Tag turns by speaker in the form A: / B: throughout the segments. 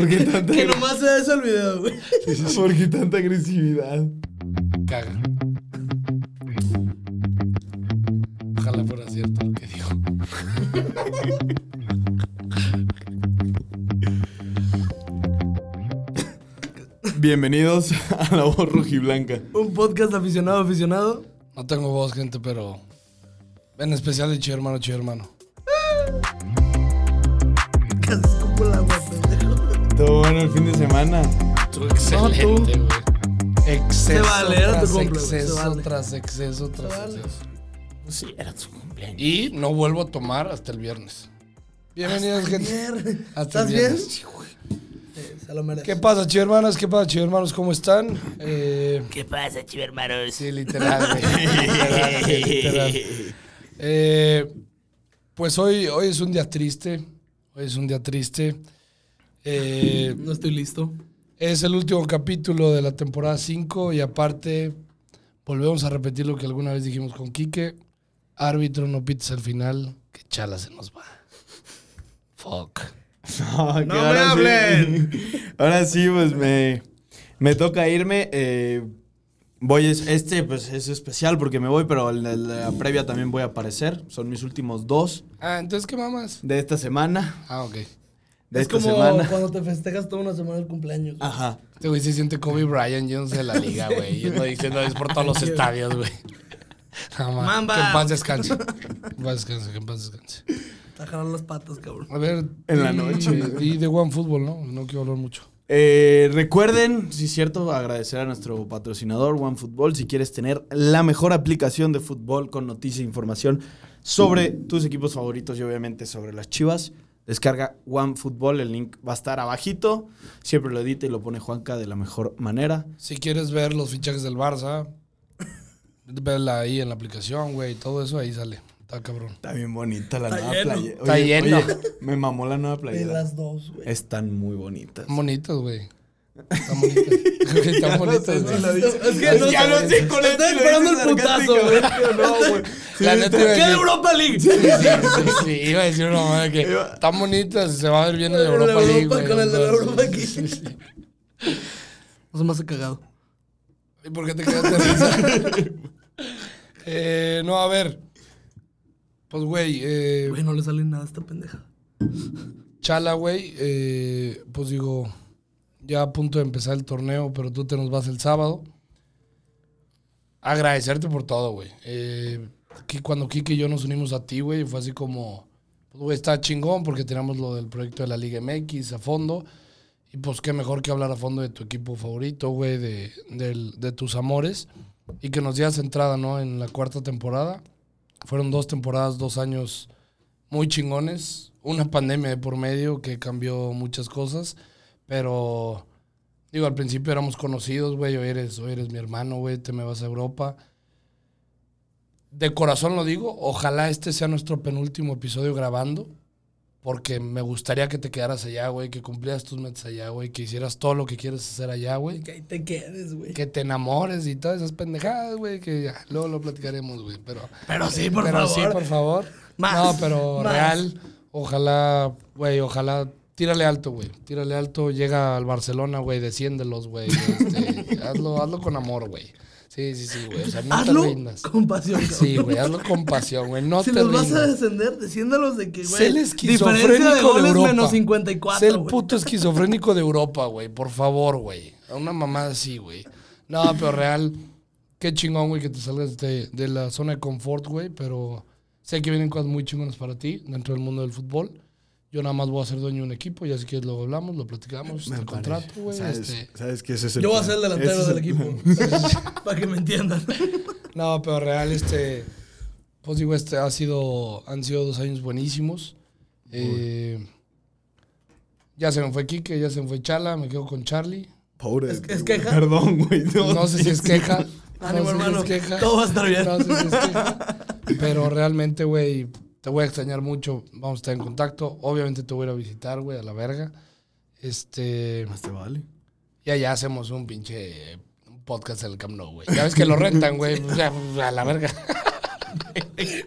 A: ¿Por qué tanta,
B: Que nomás sea eso el video, güey.
A: ¿Por qué tanta agresividad?
C: Caga. Ojalá fuera cierto lo que dijo.
A: Bienvenidos a La Voz Rojiblanca.
B: Un podcast aficionado, aficionado.
C: No tengo voz, gente, pero. En especial de Chido Hermano, Chido Hermano.
B: Casi escupo el agua, pendejo.
A: Todo bueno el fin de semana.
C: Tú excelente,
B: No, tú.
C: güey. Exceso.
B: vale, era tu
C: tras
B: cumple, güey, se
C: exceso,
B: vale.
C: tras exceso, tras
B: vale.
C: exceso.
A: Pues Sí, era su cumpleaños.
C: Y no vuelvo a tomar hasta el viernes. Bienvenidos, gente.
B: Mierda.
C: Hasta el
B: ¿Estás bien?
C: viernes.
B: Eh, se lo merece.
C: ¿Qué pasa, Chido Hermanas? ¿Qué pasa, Chido Hermanos? ¿Cómo están? Eh.
D: ¿Qué pasa, chivermanos?
C: Sí, literal, güey. Literal, güey, literal. Eh, pues hoy, hoy es un día triste. Hoy es un día triste. Eh,
B: No estoy listo.
C: es el último capítulo de la temporada 5 y aparte volvemos a repetir lo que alguna vez dijimos con Quique. Árbitro, no pites al final, que chala se nos va. Fuck.
A: No,
B: ¡No me hablen!
A: ahora sí, pues me, me toca irme. eh, voy, es- este pues es especial porque me voy, pero en la, la previa también voy a aparecer. Son mis últimos dos
C: Ah, entonces, ¿qué mamas?
A: de esta semana.
C: Ah, ok.
A: De
B: es
A: esta
B: como
A: semana.
B: cuando te festejas toda una semana el cumpleaños. güey.
A: Ajá.
C: Este güey se siente Kobe Bryant Jones de la liga, güey. Yendo diciendo es por todos los estadios, güey. No, ma-
B: Mamba.
C: Que en paz descanse. Que en paz descanse, que en paz descanse.
B: Te jalan las patas, cabrón.
C: A ver.
A: En la
C: di-
A: noche.
C: Di de One Football, ¿no? No quiero hablar mucho.
A: Eh, recuerden, sí es cierto, agradecer a nuestro patrocinador OneFootball. Si quieres tener la mejor aplicación de fútbol con noticias e información sobre tus equipos favoritos y obviamente sobre las chivas, descarga OneFootball. El link va a estar abajito. Siempre lo edita y lo pone Juanca de la mejor manera.
C: Si quieres ver los fichajes del Barça, verla ahí en la aplicación, güey. Todo eso ahí sale. Está cabrón.
A: Está bien bonita la
B: Está
A: nueva
B: lleno.
A: playera.
C: Está lleno.
A: me mamó la nueva
B: De
A: playera.
B: las dos, güey.
A: Están muy bonitas.
C: Están bonitas, güey. Están bonitas. Güey, Están bonitas, güey.
A: la dice.
B: Es que
A: Es
B: no
A: que
B: sé-
A: no sé con
B: Estoy
A: esto,
B: esperando
A: lo
B: el
A: dice
B: putazo, güey.
A: sarcástico, no, güey.
C: La neta iba a
B: ¿Qué de
C: decir-
B: Europa League?
C: Sí, sí, sí, iba a decir una madre que están bonitas, se va a ver bien en
B: La
C: Europa
B: Europa
C: League. güey,
B: con el de la
C: entonces,
B: Europa aquí.
C: sí, sí.
B: No se me hace cagado.
C: ¿Y por qué te quedaste risa? eh, no, a ver. Pues, güey, eh,
B: Güey, no le sale nada a esta pendeja.
C: Chala, güey, eh, pues digo, ya a punto de empezar el torneo, pero tú te nos vas el sábado. Agradecerte por todo, güey. Eh, que cuando Kike y yo nos unimos a ti, güey, fue así como, pues, güey, está chingón porque teníamos lo del proyecto de la Liga MX a fondo. Y pues qué mejor que hablar a fondo de tu equipo favorito, güey, de, del- de tus amores. Y que nos dieras entrada, ¿no? En la cuarta temporada. Fueron dos temporadas, dos años muy chingones. Una pandemia de por medio que cambió muchas cosas. Pero, digo, al principio éramos conocidos, güey. Hoy eres, hoy eres mi hermano, güey. Te me vas a Europa. De corazón lo digo. Ojalá este sea nuestro penúltimo episodio grabando. Porque me gustaría que te quedaras allá, güey. Que cumplieras tus metas allá, güey. Que hicieras todo lo que quieres hacer allá, güey.
B: Que ahí te quedes, güey.
C: Que te enamores y todas esas pendejadas, güey. Que ya, luego lo platicaremos, güey. Pero
B: Pero sí, por
C: pero
B: favor.
C: sí, por favor.
B: Más,
C: no, pero
B: más.
C: real. Ojalá, güey, ojalá. Tírale alto, güey. Tírale alto. Llega al Barcelona, güey. Desciéndelos, güey. Este, hazlo, hazlo con amor, güey. Sí, sí, sí, güey. O sea, no
B: Hazlo
C: te rindas.
B: con pasión, cabrón.
C: Sí, güey. Hazlo con pasión, güey. No
B: si
C: te
B: los vas a
C: rindas.
B: descender, desciéndalos de que, güey.
C: Sé el
B: Diferencia
C: esquizofrénico
B: de
C: de
B: goles
C: Europa.
B: menos
C: Sé
B: 54,
C: el
B: güey.
C: puto esquizofrénico de Europa, güey. Por favor, güey. A una mamada así, güey. No, pero real. Qué chingón, güey, que te salgas de, de la zona de confort, güey. Pero sé que vienen cosas muy chingonas para ti dentro del mundo del fútbol. Yo nada más voy a ser dueño de un equipo. Ya si quieres luego hablamos, lo platicamos.
A: Me
C: Te contrato,
A: parece.
C: güey.
A: ¿Sabes,
C: este.
A: sabes que ese es el
B: Yo voy a
A: plan.
B: ser el
A: Ese
B: delantero
A: es
B: del
A: el
B: equipo. Para que me entiendan.
C: No, pero real, este. Pues digo, este ha sido. Han sido dos años buenísimos. Eh, ya se me fue Quique, ya se me fue Chala, me quedo con Charlie.
A: Pobre.
B: Es-
A: de ti,
B: es
A: güey.
B: queja.
A: Perdón, güey.
C: No sé si es queja.
B: Ánimo,
C: no sé
B: hermano.
C: Si es queja.
B: Todo va a estar bien.
C: No sé si es queja. Pero realmente, güey, te voy a extrañar mucho. Vamos a estar en contacto. Obviamente te voy a ir a visitar, güey, a la verga. Este.
A: Más te vale.
C: Y allá hacemos un pinche podcast en el Camp Nou, güey. Ya ves que lo rentan, güey. O sea, a la verga.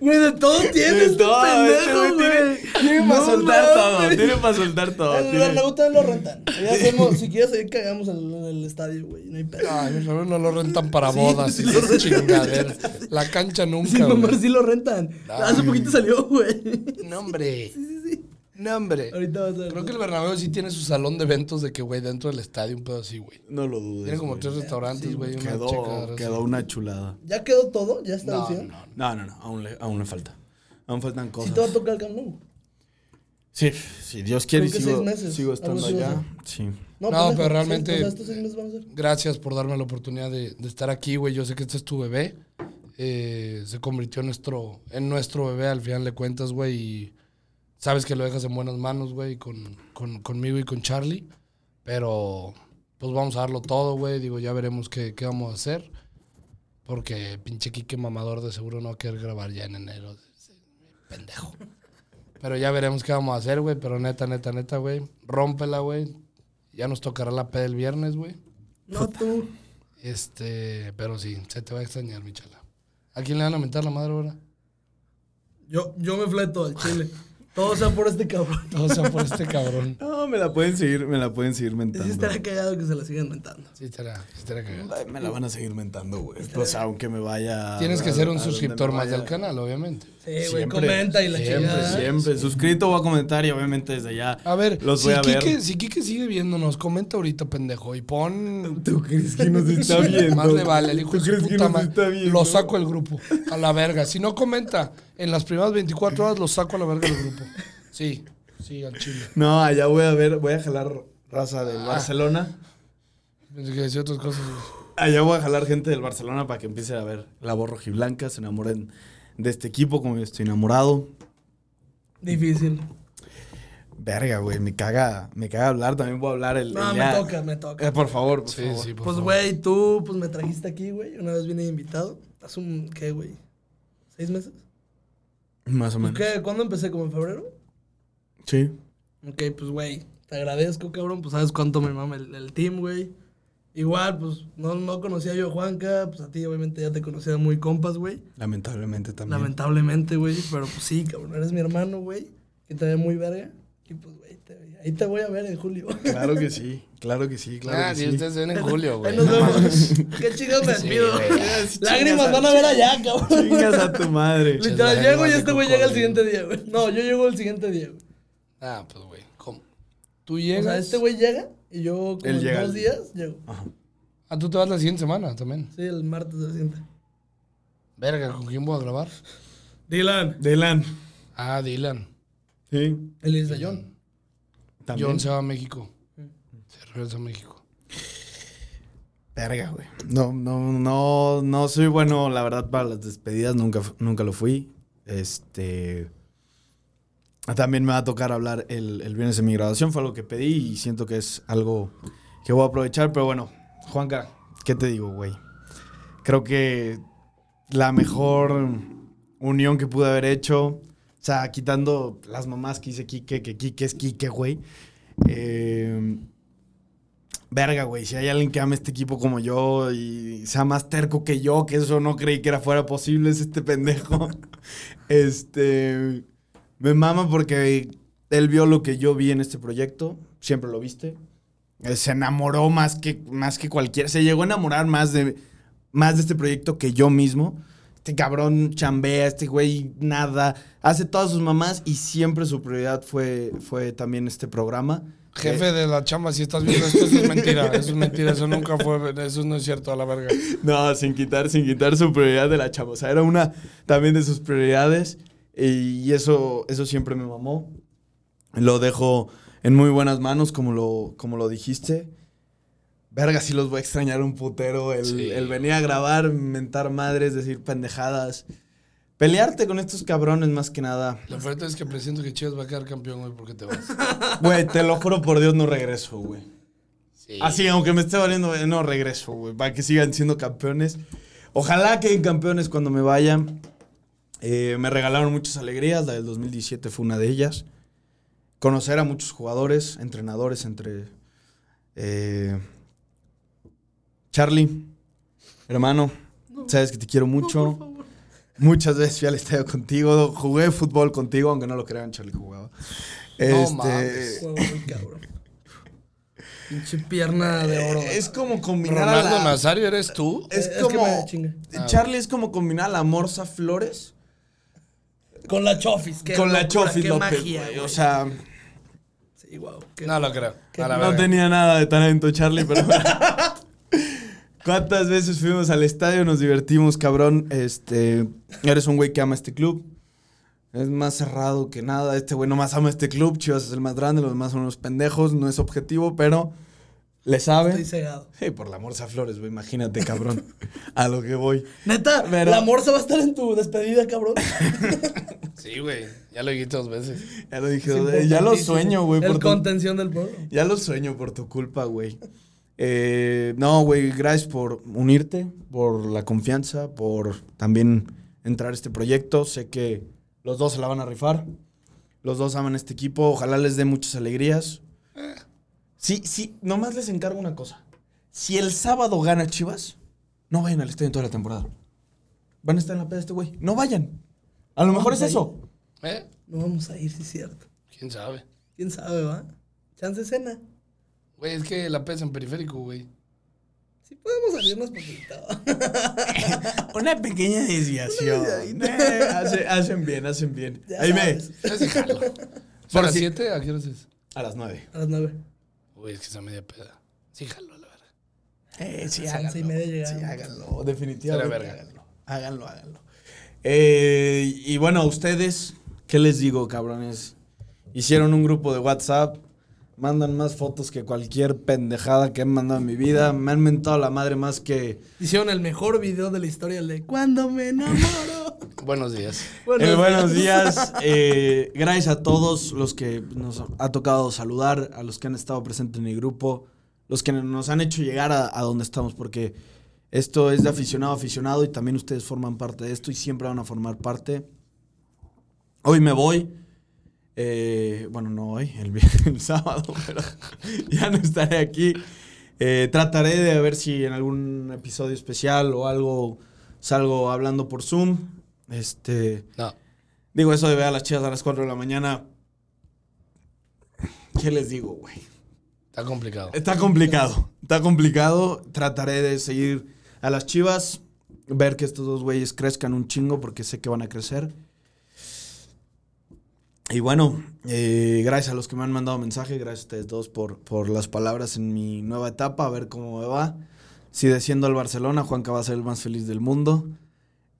B: Güey, de todo tienes,
A: todo, este
B: pendejo,
A: güey tiene-
B: güey.
A: Tiene para
B: No
A: soltar todo,
B: mames.
A: tiene para soltar todo.
B: El
A: tiene-
B: Arnau también lo rentan. Ya hacemos, si quieres, ahí cagamos en el, el estadio, güey. No hay pedo.
C: Ay, mis amigos no lo rentan para
B: Sí,
C: bodas.
B: sí
C: y
B: lo
C: esas
B: rentan.
C: chingaderas. La cancha
B: Sí,
C: nunca,
B: mamá,
C: güey.
B: sí lo rentan.
C: Ah.
B: Hace poquito salió, güey.
C: No, hombre. No, hombre.
B: Ahorita vas a ver.
C: Creo que el Bernabéu sí tiene su salón de eventos de que, güey, dentro del estadio, un pedo así, güey.
A: No lo dudes.
B: Pues,
C: Tiene como
A: güey.
C: tres restaurantes, güey. una
A: Quedó,
C: checadera
A: quedó
C: así.
A: una chulada.
B: ¿Ya quedó todo? ¿Ya está
C: No,
B: vencido?
C: no,
A: No,
C: no.
A: no, no, aún le, aún le falta. Aún faltan
B: Si
A: cosas.
B: te va a tocar el Camp Nou.
A: Sí, si Dios quiere,
B: Creo que
A: sigo,
B: seis meses,
A: sigo estando
B: algo así va a
A: allá.
B: ser.
A: Sí.
C: No,
B: pendejo,
C: pero
B: sí,
C: realmente-
B: o sea, estos seis meses van a ser.
C: Gracias por darme la oportunidad de, de estar aquí, güey. Yo sé que este es tu bebé. Eh, se convirtió en nuestro, en nuestro bebé al final de cuentas, güey. Y sabes que lo dejas en buenas manos, güey, con, con- conmigo y con Charlie. Pero pues vamos a darlo todo, güey. Digo, ya veremos qué, qué vamos a hacer. Porque pinche Quique mamador de seguro no va a querer grabar ya en enero. Pendejo. Pero ya veremos qué vamos a hacer, güey. Pero neta, neta, neta, güey. Rómpela, güey. Ya nos tocará la P del viernes, güey.
B: No, tú.
C: Este, pero sí, se te va a extrañar, mi chala. ¿A quién le van a mentar la madre ahora?
B: Yo, yo me fleto al chile. Todo sea por este cabrón.
C: O sea, por este cabrón.
A: No, me la pueden seguir, me la pueden seguir
B: Sí
A: mentando.
B: estará cagado que se la sigan mentando.
C: Sí, estará, sí estará cagado.
A: Ay, Me la van a seguir mentando, güey. O sea, aunque me vaya.
C: Tienes que
A: a-
C: ser
A: a
C: un
A: donde
C: suscriptor
A: me
C: más del
A: vaya.
C: canal, obviamente.
B: Sí, güey,
A: Siempre,
B: comenta y la
C: siempre,
B: chingada.
A: Siempre, suscrito voy a comentar y obviamente desde allá.
C: A ver,
A: los
C: si,
A: voy a ver.
C: Quique, si Quique sigue viéndonos, comenta ahorita, pendejo, y pon...
A: ¿Tú crees que nos está viendo?
C: Más le vale, el hijo de
A: ¿Tú
C: su
A: crees que
C: puta
A: nos
C: madre.
A: está viendo?
C: Lo saco el grupo, a la verga. Si no comenta en las primeras 24 horas, lo saco a la verga del grupo. Sí, sí, al chile.
A: No, allá voy a ver, voy a jalar raza
C: Ah.
A: del Barcelona.
C: Pensé que decía otras cosas.
A: Allá voy a jalar gente del Barcelona para que empiece a ver la voz rojiblanca, se enamoren de este equipo como yo estoy enamorado.
B: Difícil.
A: Verga, güey, me caga, me caga hablar, también voy a hablar el,
B: No,
A: el
B: me
A: ya.
B: toca, me toca.
A: Eh, por favor, por
C: Sí,
A: favor.
C: sí, por
B: Pues,
C: favor.
B: güey, tú pues me trajiste aquí, güey. Una vez vine invitado. Hace un, ¿qué, güey? ¿Seis meses?
A: Más o
B: Pues,
A: menos.
B: ¿Qué? ¿Cuándo empecé? ¿Como en febrero?
A: Sí.
B: Ok, pues, güey, te agradezco, cabrón. Pues, sabes cuánto me mama el, el team, güey. Igual, pues, no, no conocía yo a Juanca. Pues, a ti, obviamente, ya te conocía muy compas, güey.
A: Lamentablemente también.
B: Lamentablemente, güey. Pero, pues, sí, cabrón. Eres mi hermano, güey. Que te ve muy verga. Y, pues, güey, te- ahí te voy a ver en julio.
A: Claro que sí, claro que sí, claro
C: Ah,
A: que
C: sí,
A: sí.
C: ustedes ven en julio, güey.
B: Ahí nos
C: No mames.
B: vemos. Qué chingados me
C: Sí,
B: despido.
C: güey.
B: Lágrimas van a ver allá, cabrón.
A: Chingas a tu madre.
B: Literal, llego
C: Pinches
B: y
C: lágrimas
B: este
C: de
B: güey llega el
C: cocodrilo.
B: siguiente día, güey. No, yo llego el siguiente día, güey.
C: Ah, pues, güey, ¿cómo? Tú
B: O
C: llegas...
B: sea, este güey llega y yo como
A: Él
B: en
A: llega
B: dos
A: el-
B: días llego.
C: Ah, tú te vas la siguiente semana también.
B: Sí, el martes de la siguiente.
C: Verga, ¿con quién voy a grabar?
B: Dylan.
A: Dylan.
C: Ah, Dylan.
A: Sí.
B: El Islayón.
A: También.
C: John se va a México. Se regresa a México.
A: Verga, güey. No, no, no, no soy bueno, la verdad, para las despedidas, nunca, fu- nunca lo fui. Este. También me va a tocar hablar el, el viernes de mi graduación, fue algo que pedí y siento que es algo que voy a aprovechar, pero bueno, Juanca, ¿qué te digo, güey? Creo que la mejor unión que pude haber hecho, o sea, quitando las mamás que hice Quique, que Quique es Quique, güey. Eh, Verga, güey, si hay alguien que ama este equipo como yo y sea más terco que yo, que eso no creí que era fuera posible, es este pendejo. este, me mama porque él vio lo que yo vi en este proyecto, siempre lo viste. Eh, Se enamoró más que, más que cualquiera, se llegó a enamorar más de, más de este proyecto que yo mismo. Este cabrón chambea, este güey nada, hace todas sus mamás y siempre su prioridad fue, fue también este programa. Eh,
C: Jefe de la chamba, si estás viendo esto, eso es mentira. Eso es mentira, eso nunca fue. Eso no es cierto, a la verga.
A: No, sin quitar, sin quitar su prioridad de la chava. O sea, era una también de sus prioridades. Y eso, eso siempre me mamó. Lo dejo en muy buenas manos, como lo, como lo dijiste. Verga, sí los voy a extrañar un putero. El,
C: Sí.
A: el venir a grabar, mentar madres, decir pendejadas. Pelearte con estos cabrones más que nada.
C: La oferta es que presiento que Chivas va a quedar campeón, güey, porque te vas.
A: Güey, te lo juro por Dios, no regreso, güey.
C: Sí.
A: Así, Ah, aunque me esté valiendo, güey, no regreso, güey, para que sigan siendo campeones. Ojalá queden campeones cuando me vayan. Eh, me regalaron muchas alegrías, la del 2017 fue una de ellas. Conocer a muchos jugadores, entrenadores, entre... eh, Charlie, hermano, sabes que te quiero mucho.
B: favor.
A: Muchas veces fui al estadio contigo, jugué fútbol contigo, aunque no lo crean, Charlie jugaba. Este,
C: mames.
B: Juego muy cabrón. Pinche pierna de oro.
A: eh, es como combinar a
C: Ronaldo
A: la-
C: Nazario eres tú.
A: Es
B: Es que
A: como
B: me chinga.
A: Charlie es como combinar a la Morsa Flores
B: Con la Chofis. qué
A: con la
B: locura,
A: Chofis
B: qué
A: López.
B: magia,
A: güey.
B: güey.
A: o sea,
B: Sí, wow.
C: No lo creo. A la
A: no
C: verga.
A: tenía nada de talento Charlie, pero ¿Cuántas veces fuimos al estadio, nos divertimos, cabrón? Este, eres un güey que ama este club. Es más cerrado que nada. Este güey nomás ama este club. Chivas es el más grande, los demás son unos pendejos. No es objetivo, pero le
B: Estoy
A: sabe.
B: cegado.
A: Hey, por la Morsa Flores, güey, imagínate, cabrón. a lo que voy.
B: Neta,
A: Pero-
B: la morsa va a estar en tu despedida, cabrón.
C: Sí, güey. Ya lo dijiste dos veces.
A: Ya lo dije,
B: Es
A: eh, ya lo
B: importantísimo.
A: sueño, güey.
B: El
A: por tu-
B: contención del pueblo.
A: Ya lo sueño por tu culpa, güey. Eh, no, güey, gracias por unirte, por la confianza, por también entrar a este proyecto. Sé que los dos se la van a rifar. Los dos aman este equipo. Ojalá les dé muchas alegrías. Sí, sí, nomás les encargo una cosa. Si el sábado gana Chivas, no vayan al estadio en toda la temporada. Van a estar en la peda de este güey. No vayan. A lo mejor es eso.
C: ¿Eh?
B: No vamos a ir, sí es cierto.
C: ¿Quién sabe?
B: ¿Quién sabe, va? Chance cena.
C: Güey, es que la pesa en periférico, güey.
B: Sí podemos salirnos poquito.
A: Una pequeña desviación. Eh, hace- hacen bien, hacen bien.
B: Ya
A: Ahí me.
B: sabes.
C: Ese jalo. ¿Es
A: Por
C: ¿A las
A: si-
C: 7? ¿A qué horas es?
A: A las nueve.
B: A las nueve.
C: Güey, es que está media peda. Sí, jalo, a la verga.
A: Eh, sí,
B: Once y media llegamos.
A: Sí, háganlo. Definitivamente.
C: Será verga.
A: Háganlo, háganlo. háganlo. Eh, y bueno, a ustedes, ¿qué les digo, cabrones? Hicieron un grupo de WhatsApp. Mandan más fotos que cualquier pendejada que he mandado en mi vida. Me han mentado la madre más que.
B: Hicieron el mejor video de la historia, el de Cuando me enamoro.
C: Buenos días.
A: Eh, buenos días. Eh, gracias a todos los que nos ha tocado saludar, a los que han estado presentes en el grupo, los que nos han hecho llegar a, a donde estamos, porque esto es de aficionado a aficionado y también ustedes forman parte de esto y siempre van a formar parte. Hoy me voy. Eh, bueno, no hoy, el, vier- el sábado, pero ya no estaré aquí. Eh, trataré de ver si en algún episodio especial o algo salgo hablando por Zoom. Este.
C: No.
A: Digo, eso de ver a las chicas a las 4 de la mañana. ¿Qué les digo, güey?
C: Está complicado.
A: Está complicado. Está complicado. Trataré de seguir a las chivas. Ver que estos dos güeyes crezcan un chingo porque sé que van a crecer. Y bueno, eh, gracias a los que me han mandado mensaje. Gracias a ustedes dos por, por las palabras en mi nueva etapa. A ver cómo me va. Si desciendo al Barcelona, Juanca va a ser el más feliz del mundo.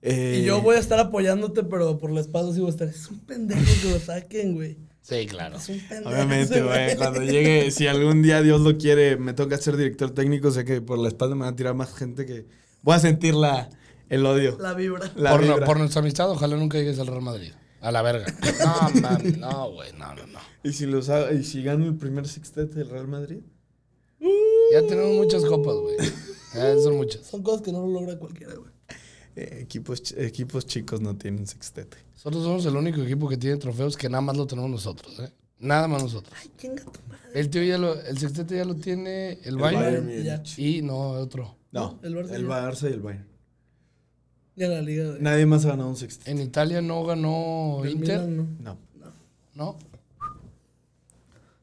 A: Eh,
B: Y yo voy a estar apoyándote, pero por la espalda sí voy a estar. Es un pendejo que lo saquen, güey.
C: Sí, claro.
B: Es un pendejo.
A: Obviamente,
B: ese
A: güey. Cuando llegue, si algún día Dios lo quiere, me toca ser director técnico, sé que por la espalda me van a tirar más gente que. Voy a sentir la, el odio.
B: La vibra.
A: La
C: por, no-
A: vibra.
C: por nuestra amistad, ojalá nunca llegues al Real Madrid. A la verga. No, man, no, güey, no, no, no.
A: ¿Y, si los hago- ¿Y si gano el primer sextete del Real Madrid?
C: Ya tenemos muchas copas, güey. Ya son muchas.
B: Son cosas que no lo logra cualquiera, güey.
A: Eh, equipos, ch- equipos chicos no tienen sextete.
C: Nosotros somos el único equipo que tiene trofeos que nada más lo tenemos nosotros, ¿eh? Nada más nosotros.
B: Ay, chinga tu madre.
C: El tío ya lo, el sextete ya lo tiene el
B: Bayern.
C: Bayern.
B: ya.
C: Y no, otro.
A: No,
B: El
A: el
B: Barça
A: Barça,
B: y
A: el
B: el-
A: Barça y el Bayern.
B: Ya la liga, güey.
A: Nadie más ha ganado un sextete.
C: En Italia no ganó
B: El
C: Inter,
B: Milan, no.
A: No.
C: ¿no?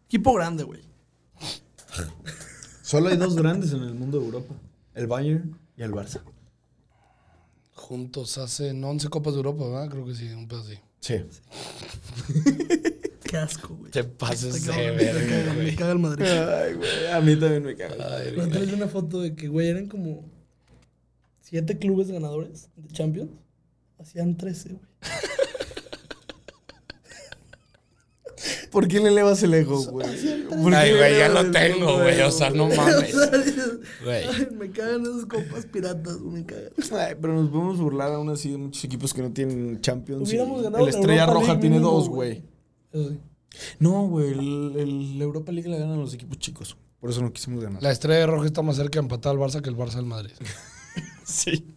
B: Equipo grande, güey.
A: Solo hay dos grandes en el mundo de Europa: el Bayern y el Barça.
C: Juntos hacen 11 copas de Europa, ¿verdad? Creo que sí, un pedo así.
A: Sí.
B: Qué asco, güey.
C: Te pases
B: Está
C: de
B: cabrón, me caga,
C: verga,
B: Me
C: güey.
B: caga el Madrid.
A: Ay, güey. A mí también me caga.
C: Ay,
B: La otra vez vi una foto de que, güey, eran como siete clubes ganadores de Champions. Hacían 13, güey.
A: ¿Por qué le elevas el
B: Pues,
A: ego, güey? ¿Por qué
C: Ay,
A: le
C: güey, ya
A: elevas
C: lo
A: el
C: tengo,
A: puto
C: güey. O
A: ego,
C: sea, no
B: O
C: mames.
B: sea, dices,
C: Güey.
B: "Ay, me cagan esas copas piratas, güey, me cagan.
A: Ay, pero nos podemos burlar aún así de muchos equipos que no tienen Champions.
B: Hubiéramos
A: y
B: ganado
A: el
B: la
A: Estrella
B: Europa
A: Roja
B: League
A: tiene
B: mínimo,
A: dos, güey.
B: Eso sí.
A: No, güey, el, el Europa League la ganan los equipos chicos. Por eso no quisimos ganar.
C: La estrella roja está más cerca de empatar al Barça que el Barça al Madrid.
A: Sí.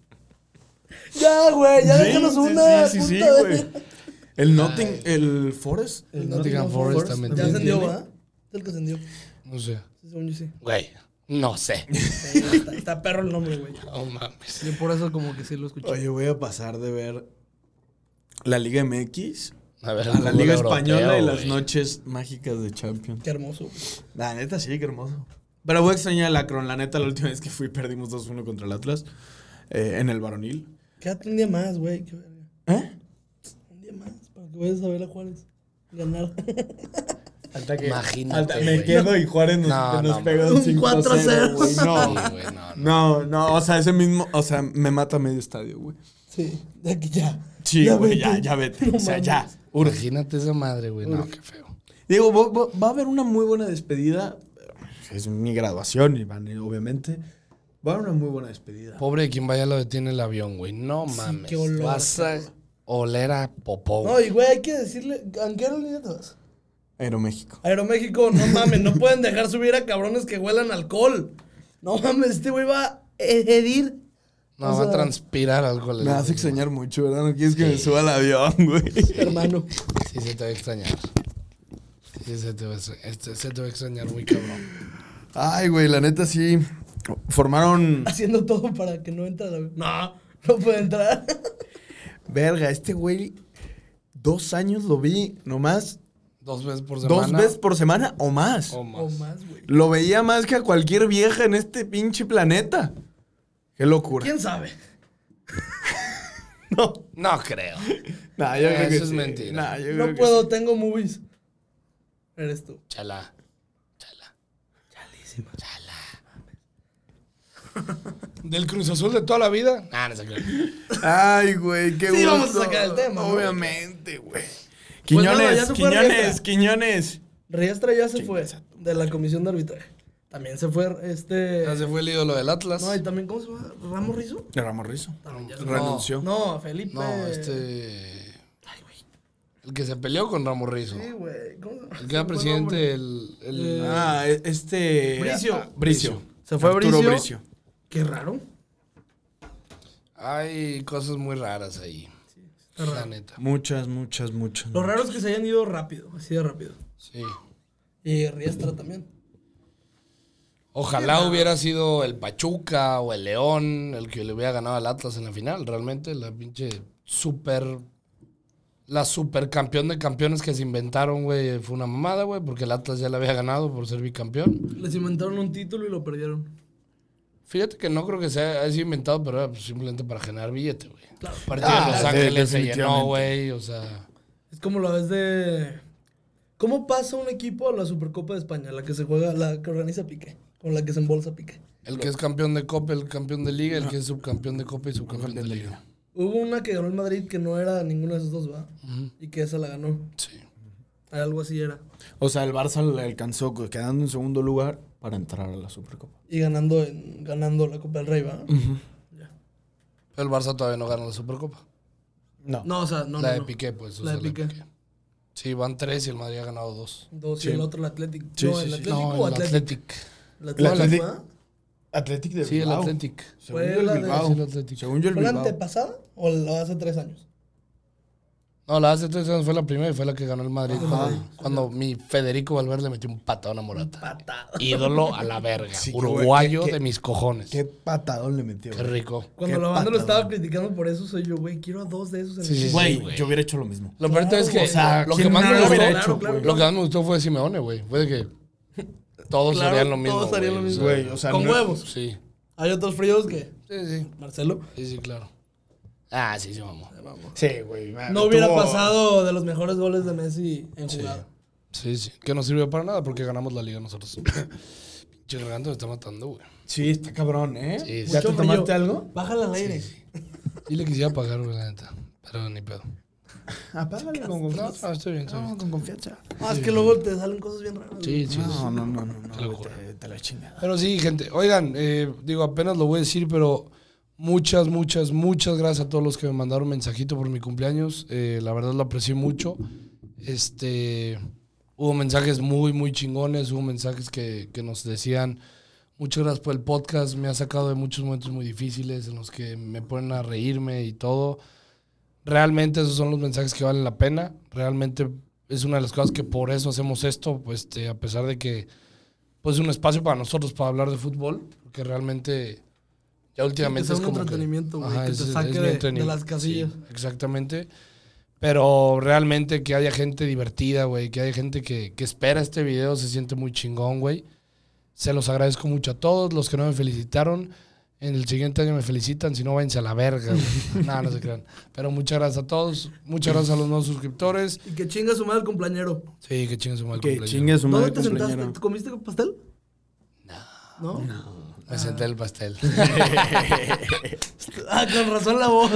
B: Ya, güey, ya
A: Sí,
B: déjanos
A: sí,
B: una.
A: sí, sí, sí,
B: puta
A: güey.
B: vez.
A: El Notting, el Forest.
C: El Nottingham Forest también
B: Ya
C: tiene.
B: ascendió, ¿verdad? Es el que ascendió.
C: No sé.
B: Sí, según yo sí.
C: Güey, no sé.
B: Sí, Está, está perro el nombre, güey.
C: No mames.
B: Yo por eso como que sí lo escuché.
A: Oye, voy a pasar de ver la Liga MX,
C: A ver,
A: a la Liga Española y
C: de
A: las noches mágicas de Champions.
B: Qué hermoso. güey.
A: La neta, sí, qué hermoso. Pero voy a extrañar el Akron. La neta, la última vez que fui perdimos 2-1 contra el Atlas eh, en el varonil.
B: Quédate un día más, güey. qué verga.
A: ¿Eh?
B: Un día más para que vayas a ver a Juárez. Ganar.
A: Hasta
C: Imagínate,
A: hasta
C: güey.
A: me quedo y Juárez nos,
C: No,
A: nos
C: no,
A: pegó un
B: un
A: 5-0.
B: 4-0.
A: güey. No,
C: no, no.
A: no, no. O sea, ese mismo. O sea, me mata medio estadio, güey.
B: Sí, de aquí ya.
A: Sí,
B: Ya
A: güey,
B: vete.
A: ya, ya vete.
B: No
A: o sea,
B: mames.
A: ya. Urge.
C: Imagínate esa madre, güey. No, qué feo.
A: Digo, va, va- va a haber una muy buena despedida. Es mi graduación, Iván, eh, obviamente. Va a haber una muy buena despedida.
C: Pobre de quien vaya lo detiene el avión, güey. No mames.
B: qué olor.
C: Vas a oler a popó.
B: No, y güey, hay que decirle. ¿A qué aerolínea te vas?
A: Aeroméxico.
B: Aeroméxico, no mames, no pueden dejar subir a cabrones que huelan alcohol. No mames, este güey va a herir.
C: No,
B: o
C: va a
B: sea,
C: transpirar alcohol.
A: Me vas a extrañar mucho, ¿verdad? No quieres que me suba al avión, güey.
B: Hermano.
C: Sí, se te va a extrañar. Sí, se te va a extrañar. Este- se te va a extrañar muy cabrón.
A: Ay, güey, la neta sí. Formaron.
B: Haciendo todo para que no entre la... No, no puede entrar.
A: Verga, este güey. Dos años lo vi nomás.
C: Dos veces por semana.
A: Dos veces por semana o más.
C: O
B: O
C: más.
B: más, güey.
A: Lo veía más que a cualquier vieja en este pinche planeta. Qué locura.
B: ¿Quién sabe?
A: No.
C: No creo.
A: Nah, yo creo que
C: Eh, Eso es
A: sí.
C: mentira.
A: Nah, yo creo
B: No
A: que
B: puedo, tengo movies. Eres tú.
C: Chala. Chala. Chala. ¿Del Cruz Azul de toda la vida? Ah, no se creo.
A: sí. Ay, güey, qué
B: Sí,
A: gusto.
B: vamos a sacar el tema, ¿no? Pues
A: Obviamente, güey.
B: nada,
A: Quiñones,
B: ya se fue
A: Quiñones,
B: Riestra.
A: Quiñones.
B: Riestra ya se fue de la comisión de arbitraje. También se fue este...
A: Ah,
C: Ya se fue el ídolo del Atlas.
B: No, y también, ¿cómo se llama? ¿Ramos Rizo?
A: Ramos Rizo.
B: También ya se fue.
A: Renunció.
B: No, Felipe.
C: No, este. El que se peleó con Ramos Rizo.
B: Sí, güey. ¿Cómo se llama?
C: El que era
B: Se fue
C: presidente, el. el-
B: Eh,
A: Ah, e- este.
B: Bricio.
A: Ah, Bricio.
B: Se fue
A: Arturo
B: Bricio.
A: Bricio.
B: Qué raro.
C: Hay cosas muy raras ahí.
B: Está
C: La
B: raro.
C: neta.
A: Muchas, muchas, muchas.
B: Lo raro es que se hayan ido rápido, así de rápido.
C: Sí.
B: Y Riestra también.
C: Ojalá hubiera sido el Pachuca o el León el que le hubiera ganado al Atlas en la final. Realmente, la pinche super. La supercampeón de campeones que se inventaron, güey, fue una mamada, güey, porque el Atlas ya la había ganado por ser bicampeón.
B: Les inventaron un título y lo perdieron.
C: Fíjate que no creo que sea haya sido inventado, pero era pues, simplemente para generar billete, güey.
B: Claro.
C: El partido
A: Ah,
C: de Los
A: sí,
C: Ángeles se llenó,
A: definitivamente.
C: güey, o sea.
B: Es como la vez de. ¿Cómo pasa un equipo a la Supercopa de España? La que se juega, la que organiza Pique. Con la que se embolsa Pique.
C: El que es campeón de Copa, el campeón de Liga,
A: Ah.
C: el que es subcampeón de Copa y subcampeón de Liga.
B: Hubo una que ganó el Madrid que no era ninguno de esos dos, ¿va? Y que esa la ganó.
C: Sí.
B: Algo así era.
A: O sea, el Barça le alcanzó quedando en segundo lugar para entrar a la Supercopa.
B: Y ganando, en- ganando la Copa del Rey, ¿va?
C: El Barça todavía no gana la Supercopa.
A: No.
B: No, o sea, no.
C: la
B: no,
C: de
B: no.
C: Piqué, pues. o
B: La
C: sea,
B: de Piqué.
C: Sí, van tres y el Madrid ha ganado dos.
B: Dos y
A: Sí.
B: el otro, el Atlético.
A: Sí,
B: no,
A: sí,
B: el
A: sí.
B: Atlético
C: No,
B: o
C: el
B: Atlético.
C: Atlético.
B: El Atlético,
A: Atlético.
B: ¿va?
A: Atlético de
C: Sí, el
A: Bilbao.
C: Atlético.
A: Según
B: Fue
A: yo, el
B: la de-
A: Bilbao.
C: Sí, el Atlético.
A: Según yo, el
B: ¿Fue la
A: Bilbao.
B: antepasada o la hace tres años?
C: No, la hace tres años fue la primera y fue la que ganó el Madrid.
A: Ajá.
C: Cuando, cuando mi Federico Valverde le metió un patadón a Morata.
B: Patada.
C: Ídolo a la verga.
A: Sí, güey,
C: Uruguayo
A: qué- qué-
C: de mis cojones.
A: Qué
C: Qué,
A: patadón le metió. güey.
C: rico.
B: Cuando
A: Qué
B: la banda lo
A: patadón.
B: estaba criticando por eso, soy yo, güey, quiero a dos de esos en
C: Sí,
B: el
C: sí,
B: equipo.
A: Güey,
C: güey.
A: yo hubiera hecho lo mismo.
C: Lo peor de todo es que,
A: O sea,
C: lo, que
A: ¿quién
C: más
A: no
C: me
A: lo
C: gustó,
A: hubiera
B: claro,
A: hecho,
B: claro.
A: güey?
C: lo que más me gustó fue Simeone, güey. Fue de que todos
B: Claro,
C: harían lo mismo.
B: todos harían
C: güey,
B: lo mismo.
C: o sea,
A: Güey, o sea,
B: Con
A: no-
B: huevos.
C: Sí.
B: Hay otros fríos que.
C: Sí, sí.
B: Marcelo.
C: Sí, sí, claro. Ah, sí, sí, mamá.
A: Sí, güey. man,
B: No hubiera
A: Ah, tuvo-
B: pasado de los mejores goles de Messi en
C: Sí.
B: jugada.
C: Sí, sí. Que no sirvió para nada porque ganamos la liga nosotros. Pinche garganta me está matando, güey.
A: Sí, está cabrón, ¿eh?
C: Sí, sí.
A: ¿Ya te
B: Mucho
A: tomaste
B: brillo.
A: algo?
B: Bájala al aire.
C: Y le quisiera pagar, güey, la neta. Pero ni pedo.
A: Apágalo con
C: No,
A: confianza.
C: no, estoy bien, estoy bien.
A: con confianza.
B: Ah, es que luego te salen cosas bien raras. güey.
C: Sí, sí. sí.
A: No, no, no, no. no
C: Te lo
A: güey,
C: juro.
A: te, te la chingada.
C: Pero sí, gente. Oigan, eh, digo, apenas lo voy a decir, pero muchas, muchas, muchas gracias a todos los que me mandaron mensajito por mi cumpleaños. Eh, la verdad lo aprecié mucho. Este, hubo mensajes muy, muy chingones. Hubo mensajes que, que nos decían, muchas gracias por el podcast. Me ha sacado de muchos momentos muy difíciles en los que me ponen a reírme y todo. Realmente esos son los mensajes que valen la pena. Realmente es una de las cosas que por eso hacemos esto, pues, este, a pesar de que pues es un espacio para nosotros para hablar de fútbol, porque realmente ya últimamente
B: sea
C: es
B: un
C: como que-
B: entretenimiento, güey,
C: Ajá,
B: que te saque
C: mi
B: de-
C: entretenimiento.
B: de las casillas.
C: exactamente. Pero realmente que haya gente divertida, güey, que haya gente que, que espera este video, se siente muy chingón, güey. Se los agradezco mucho a todos los que no me felicitaron. En el siguiente año me felicitan, si no, váyanse a la verga, güey. no, no se crean. Pero muchas gracias a todos. Muchas gracias a los nuevos suscriptores.
B: Y que chinga su madre el cumpleañero.
C: Sí, que chingue su mal
A: Que
C: cumpleaños.
A: chingue su
B: ¿Dónde
A: madre
B: te sentaste?
A: cumpleañero.
B: ¿Te comiste pastel? No. ¿No?
C: Me senté el pastel.
B: Ah, con razón la voz.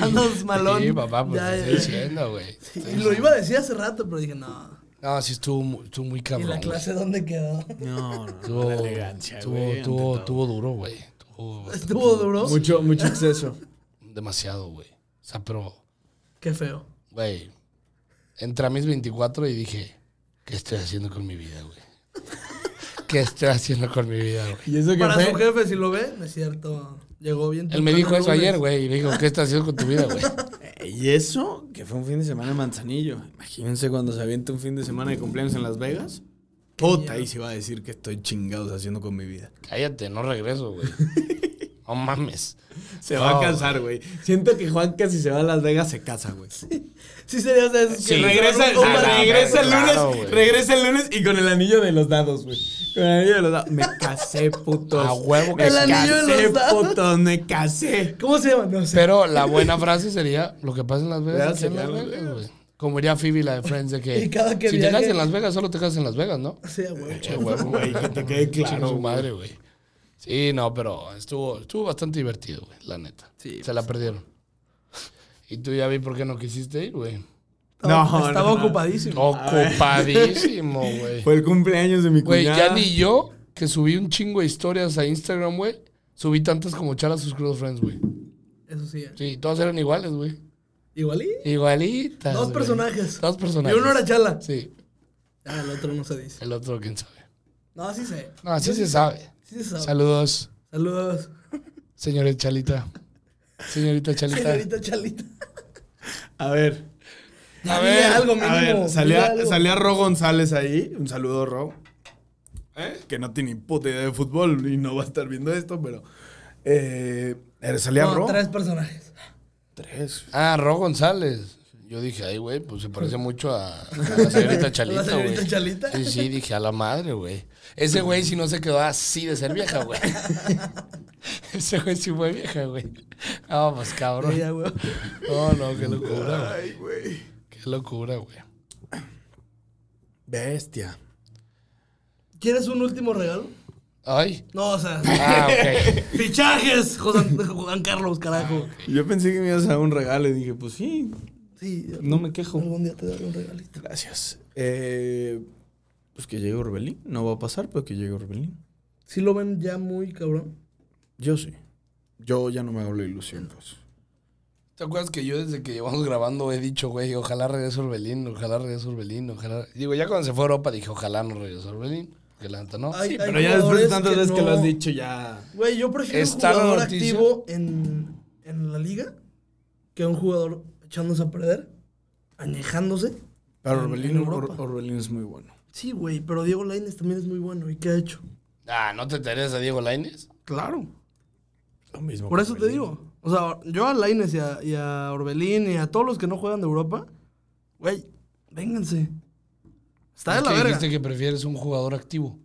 B: Andas malón.
C: Sí, papá, pues
B: Ya, ya.
C: te estoy diciendo, güey.
B: Y lo iba a decir hace rato, pero dije, no.
C: No, sí estuvo, mu- estuvo muy
B: ¿Y
C: cabrón.
B: la
C: güey.
B: clase dónde quedó?
A: No, no.
C: Estuvo,
A: elegancia,
C: estuvo,
A: güey, ante
C: estuvo,
A: todo.
C: estuvo duro, güey. Estuvo
B: Estuvo duro.
A: Mucho, mucho exceso.
C: demasiado, güey. O sea, pero,
B: Qué feo.
C: güey, entré a mis 24 y dije, ¿qué estoy haciendo con mi vida, güey? ¿Qué estoy haciendo con mi vida, güey?
A: Y eso que
B: Para
A: fue.
B: su jefe, si lo ve, no es cierto. Llegó bien.
C: Él me
B: temprano
C: dijo
B: el
C: eso
B: lunes.
C: ayer, güey, y me dijo, ¿qué estás haciendo con tu vida, güey?
A: Y eso que fue un fin de semana en Manzanillo. Imagínense cuando se avienta un fin de semana de cumpleaños en Las Vegas. Puta, ahí se va a decir que estoy chingados haciendo con mi vida.
C: Cállate, no regreso, güey. No mames.
A: Se
C: No,
A: va a casar, güey. Siento que Juan casi se va a Las Vegas, se casa, güey.
B: Sí, sería de esos
C: Sí.
B: que
A: Regresa,
B: entraron con
C: sí,
B: barriga.
A: regresa el lunes,
C: claro, güey.
A: regresa el lunes y con el anillo de los dados, güey. Con el anillo de los dados. Me casé, putos.
C: A huevo que
A: Me
C: El
B: anillo de
A: casé,
B: los dados.
A: putos, me casé.
B: ¿Cómo se llama? No sé.
C: Pero la buena frase sería lo que pasa en Las Vegas.
A: Ya,
C: se
A: se
C: queda en
A: queda
C: Las
A: en
C: Vegas, güey. Como diría Phoebe, la de Friends, de que,
B: Y cada que
C: si te
B: viaje-
C: casas en Las Vegas, solo te casas en Las Vegas, ¿no?
B: Sí, a huevo.
C: Che, huevo,
A: Güey, que te quede
C: Chinga
A: claro,
C: su
A: güey.
C: madre, güey. Sí, no, pero estuvo, estuvo bastante divertido, güey, la neta.
B: Sí,
C: Se la perdieron. Y tú ya vi por qué no quisiste ir, güey.
A: No, no,
B: Estaba
A: no.
B: ocupadísimo.
C: Ocupadísimo, güey.
A: Fue el cumpleaños de mi
C: Güey,
A: cuñada.
C: ya ni yo, que subí un chingo de historias a Instagram, güey, subí tantas como charas sus Cruel Friends, güey.
B: Eso sí. eh.
C: Sí, todas eran iguales, güey.
B: Igual y.
C: Igualitas.
B: Dos
C: güey.
B: personajes.
C: Dos
B: Y
C: personajes.
B: uno era Chala.
C: Sí,
B: Ah, el otro no se dice.
C: el otro, quién sabe.
B: No, sí sé.
C: No, así se sabe.
B: Sí se sabe.
C: Saludos,
B: Saludos.
C: señores Chalita. Señorita Chalita.
B: Señorita Chalita.
A: A ver.
B: Ya,
C: A
B: dile
C: ver,
B: algo mínimo.
A: A ver,
B: dile
A: salía,
B: algo.
A: salía Ro González ahí. Un saludo, Ro. Que no tiene ni puta idea de fútbol y no va a estar viendo esto, pero. Eh, salía
B: No,
A: Ro.
B: tres personajes.
A: Tres.
C: Ah, Ro González. Yo dije, ay, güey, pues se parece mucho a, a la señorita Chalita,
B: ¿A la señorita
C: güey.
B: Chalita?
C: Sí, sí, dije, a la madre, güey. Ese güey si no se quedó así de ser vieja, güey. Ese güey sí fue vieja, güey. Ah, pues cabrón.
B: Ya, güey.
C: No, no, qué locura, güey.
A: Ay, güey.
C: Qué locura, güey.
A: Bestia.
B: ¿Quieres un último regalo?
C: Ay.
B: No, o sea.
C: Ah, ok.
B: ¡Fichajes! José Ant- Juan Carlos, carajo.
A: Yo pensé que me ibas a dar un regalo y dije, pues sí,
B: Sí,
A: no me quejo.
B: algún día te daré un regalito.
A: Gracias. Eh, pues que llegue Orbelín. No va a pasar, pero que llegue Orbelín.
B: Sí lo ven ya muy cabrón.
A: Yo sí. Yo ya no me hago la ilusión, pues.
C: ¿Te acuerdas que yo desde que llevamos grabando he dicho, güey, ojalá regrese Orbelín, ojalá regrese Orbelín, ojalá... Digo, ya cuando se fue a Europa dije, ojalá no regrese Orbelín, que la neta no.
B: Ay, hay
A: Pero ya después de
B: jugadores
A: tantas veces que lo has
B: no-
A: dicho, ya.
B: Güey, yo prefiero un
C: Está la
B: jugador
C: noticia.
B: activo en, en la liga que un jugador echándose a perder, añejándose.
A: Pero
B: En-
A: Orbelín,
B: en Europa.
A: Or- Orbelín es muy bueno.
B: Sí, güey, pero Diego Lainez también es muy bueno. ¿Y qué ha hecho?
C: Ah, ¿no te interesa Diego Lainez?
B: Claro.
A: Lo mismo.
B: Por
A: que
B: eso te
A: Orbelín.
B: digo. O sea, yo a Lainez y a, y a Orbelín y a todos los que no juegan de Europa, güey, vénganse. Está de
C: Es
B: la
C: que
B: verga.
C: Dijiste que prefieres un jugador activo.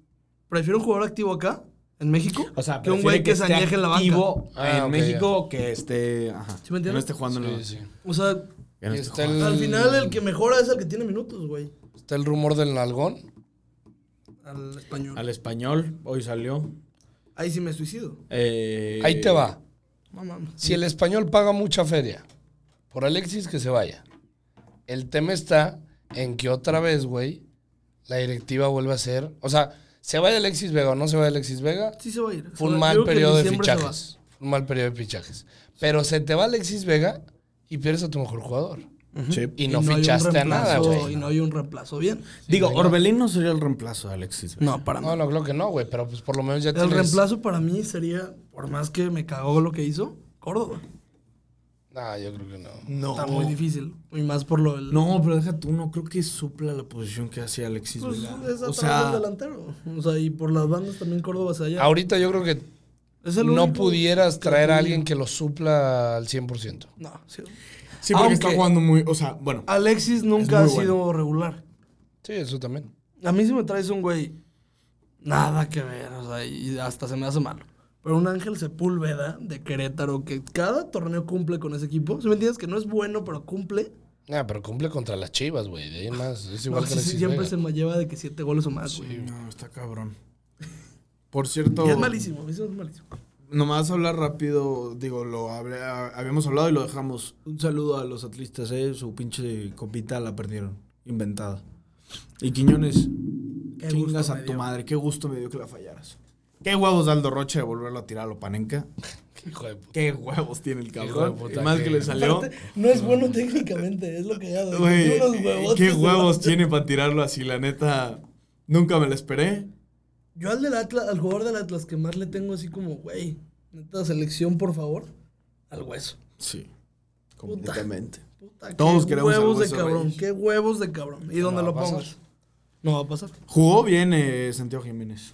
B: Prefiero un jugador activo acá, en México,
A: O sea,
B: que un güey que, se
A: esté
B: añeje en la banca.
A: activo
C: Ah,
A: en
C: ok,
A: México que esté. Ajá.
B: me entiendes?
A: Que no esté jugando en la
C: Sí,
A: banca.
C: sí.
B: O sea,
A: Que no
C: Y
A: esté
C: está
A: jugando.
B: al final el que mejora es el que tiene minutos, güey.
C: Está el rumor del nalgón.
B: Al español.
A: Al español, hoy salió.
B: Ahí sí me suicido.
A: Eh,
C: Ahí te va.
B: No mames.
C: Si el español paga mucha feria por Alexis, que se vaya. El tema está en que otra vez, güey, la directiva vuelve a ser... O sea, se vaya Alexis Vega o no se vaya Alexis Vega,
B: Sí se va a ir.
C: Fue un
B: Se va-
C: mal
B: yo creo que en
C: periodo de
B: diciembre se
C: fichajes. Fue un mal periodo de fichajes. Pero se te va Alexis Vega y pierdes a tu mejor jugador.
A: Sí.
C: Y
B: va.
C: no
B: hay un
C: fichaste a nada,
B: reemplazo,
C: güey.
B: Y no hay un reemplazo bien.
A: Digo, Orbelín no sería el reemplazo de Alexis. Vega.
B: No, para
C: No,
B: nada.
C: no, creo que no, güey. Pero pues por lo menos ya
B: el
C: tienes...
B: reemplazo para mí sería, por más que me cagó lo que hizo, Córdoba.
C: No, yo creo que no.
B: Está muy difícil. Y más por lo del.
A: No, pero deja tú, no creo que supla la posición que hacía Alexis
B: Pues,
A: Vega.
B: es
A: O
B: atrás del
A: sea,
B: delantero. O sea, y por las bandas también Córdoba se allá.
C: Ahorita yo creo que
B: Es el
C: no
B: único
C: pudieras
B: que
C: traer a
B: tenía.
C: alguien que lo supla al 100%.
B: No, sí.
D: Sí, porque está
B: Aunque- Ah.
D: jugando muy. O sea, bueno.
B: Alexis nunca ha
D: Es muy
B: sido regular.
C: Sí, eso también.
B: A mí si me traes un güey, nada que ver, o sea, y hasta se me hace malo. Pero un Ángel Sepúlveda de Querétaro que cada torneo cumple con ese equipo. Si me entiendes que no es bueno, pero cumple.
C: Nah, Ah, pero cumple contra las chivas, güey. De ahí en más. Es igual
B: No,
C: que
B: sí, sí,
C: Alexis
B: siempre
C: Vega.
B: se me lleva de que siete goles o más, güey.
D: No, está cabrón. Por cierto.
B: Y es malísimo, eso es malísimo.
A: Nomás hablar rápido, digo, lo hablé- a- habíamos hablado y lo dejamos. Un saludo a los atlistas, eh, su pinche copita la perdieron, inventada. Y Quiñones,
B: Qué
A: chingas
B: gusto
A: a
B: me
A: tu
B: dio.
A: madre, qué gusto me dio que la fallaras. Qué huevos Aldo Roche de volverlo a tirar a lo panenca.
C: Hijo de puta.
A: Qué huevos tiene el
C: Hijo de
A: cabrón.
C: puta,
A: Y más
C: qué-
A: que le salió.
B: Aparte, no es bueno técnicamente, es lo que ya
A: Güey,
B: Tiene unos huevotes
A: qué
B: de la-
A: huevos tiene para tirarlo así, la neta. Nunca me lo esperé.
B: Yo al del Atlas, al jugador del Atlas que más le tengo así como, güey, neta selección, por favor, al hueso.
A: Sí, completamente.
B: Puta, qué
A: Todos queremos al
B: huevos
A: Hueso
B: de cabrón,
A: Reyes.
B: qué huevos de cabrón. ¿Y dónde
C: va
B: lo
C: a pasar.
B: pongas? No va a pasar.
A: Jugó bien eh, Santiago Jiménez.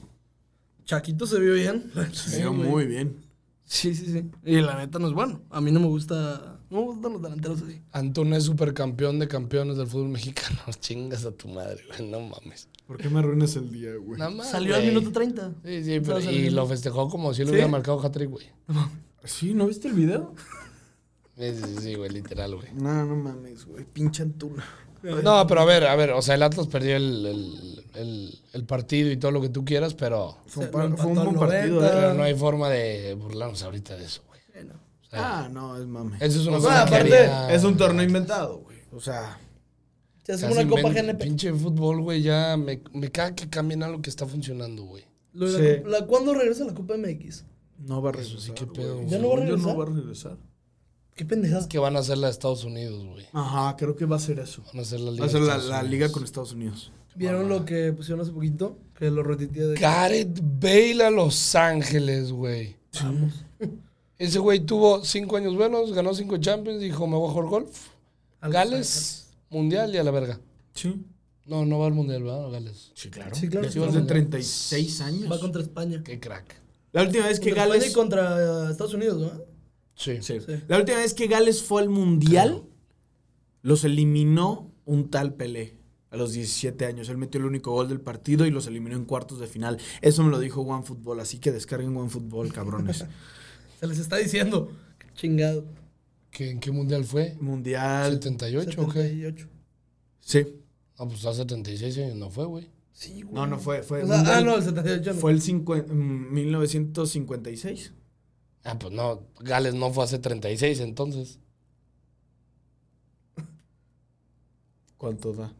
B: Chaquito se vio bien.
A: Se vio
B: güey.
A: muy bien.
B: Sí, sí, sí. Y la neta no es bueno. A mí no me gusta, no me gustan los delanteros así.
C: Antuna es supercampeón de campeones del fútbol mexicano. Chingas a tu madre, güey. No mames.
A: ¿Por qué me arruinas el día, güey?
C: Nada más,
B: Salió al
C: güey.
B: minuto 30.
C: Sí, sí, pero.
B: Salió
C: Y
B: al
C: lo
B: minuto-
C: festejó como si lo
B: ¿Sí?
C: hubiera marcado hat-trick, güey.
A: ¿Sí? ¿No viste el video?
C: Sí, sí, sí, güey, literal, güey.
A: No, no mames, güey. Pinche Antuna.
C: No, pero a ver, a ver, o sea, el Atlas perdió el, el- el- el partido y todo lo que tú quieras, pero,
A: Fue un,
B: Se
A: par-
B: lo
A: fue un
B: empató
A: buen
B: al
A: partido,
B: 90.
A: eh.
C: pero no hay forma de burlarnos ahorita de eso, güey.
B: Bueno,
C: O sea,
A: Ah, no, es mame.
C: eso es una
A: O sea,
C: cosa que
A: aparte,
C: haría-
A: es un torneo inventado, güey. O sea,
B: Se hace
C: Casi
B: una copa
C: invent-
B: GNP.
C: Pinche fútbol, güey, ya me, me caga que cambien algo que está funcionando, güey.
B: Lo de la
A: Sí.
B: Copa- la- ¿Cuándo regresa la Copa MX?
A: no va a
C: Eso
A: regresar.
C: sí, qué
A: güey.
C: pedo,
B: ¿Ya no va
A: Según yo,
B: a regresar?
A: no va a regresar.
B: Qué pendejadas.
C: Es que van a hacer la de Estados Unidos, güey.
A: Ajá, creo que va a ser eso.
C: Van a hacer la liga.
A: Va a ser
C: de
A: la,
C: Estados
A: la
C: Unidos.
A: liga con Estados Unidos.
B: ¿Vieron lo que pusieron hace poquito? Que lo retuiteé de...
C: Gareth Bale a Los Ángeles, güey. Ese güey tuvo cinco años buenos, ganó cinco Champions, dijo, me voy a jugar golf.
B: a los
C: Gales, Mundial y a la verga.
A: Sí.
C: No, no va al Mundial, ¿verdad? Gales.
A: Sí, claro.
B: Sí, claro.
A: Después de 36
B: Ángeles. Va
A: años.
B: contra España.
C: Qué crack.
A: La última vez que
B: Contra España
A: Gales...
B: y contra Estados Unidos, ¿no?
C: Sí.
A: Sí.
B: Sí.
A: La última vez que Gales fue al Mundial, los eliminó un tal Pelé a los 17 años. Él metió el único gol del partido y los eliminó en cuartos de final. Eso me lo dijo OneFootball, así que descarguen OneFootball, cabrones.
B: Se les está diciendo. Qué chingado.
C: ¿Qué- ¿En qué Mundial fue?
A: Mundial.
C: ¿78 o qué?
B: 78.
A: Sí.
C: Ah, pues hace 76 años no fue, güey.
B: Sí, güey.
A: No, no fue. fue
B: O sea, ah,
A: mundial-
B: no, el 78 no.
A: Fue el cincuen- mm, 1956.
C: Ah, pues no, Gales no fue hace 36 entonces.
A: ¿Cuánto da?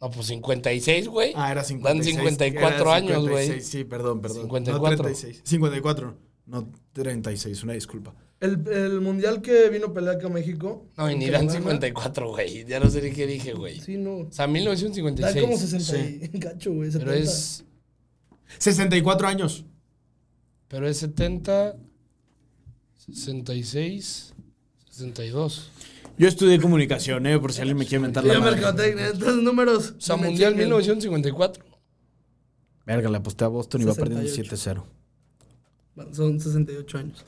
C: No, pues 56, güey.
A: Ah, era 56.
C: Dan 54
A: era
C: años, güey.
A: 56, Sí, perdón, perdón.
C: 54.
A: No, 36. 54. No, 36, una disculpa.
B: El, el mundial que vino pelea acá a México.
C: no, y ni
B: que
C: dan
B: gana.
C: 54, güey. Ya no sé ni qué dije, güey.
B: Sí, no.
C: O
B: Da
C: sea,
B: como
C: 1956.
B: 60 y cacho, güey.
C: Pero
B: 70.
C: es,
A: 64 años.
C: pero es 70, 66, 62.
A: Yo estudié comunicación, ¿eh? Por si alguien me quiere mentar la
B: Yo
A: madre.
B: mercadotecnia, entonces números.
C: O sea,
B: No me
C: Mundial
B: chinguen.
C: 1954.
A: Verga, le aposté a Boston y va
B: 68.
A: perdiendo 7-0.
B: Bueno, Son 68 años.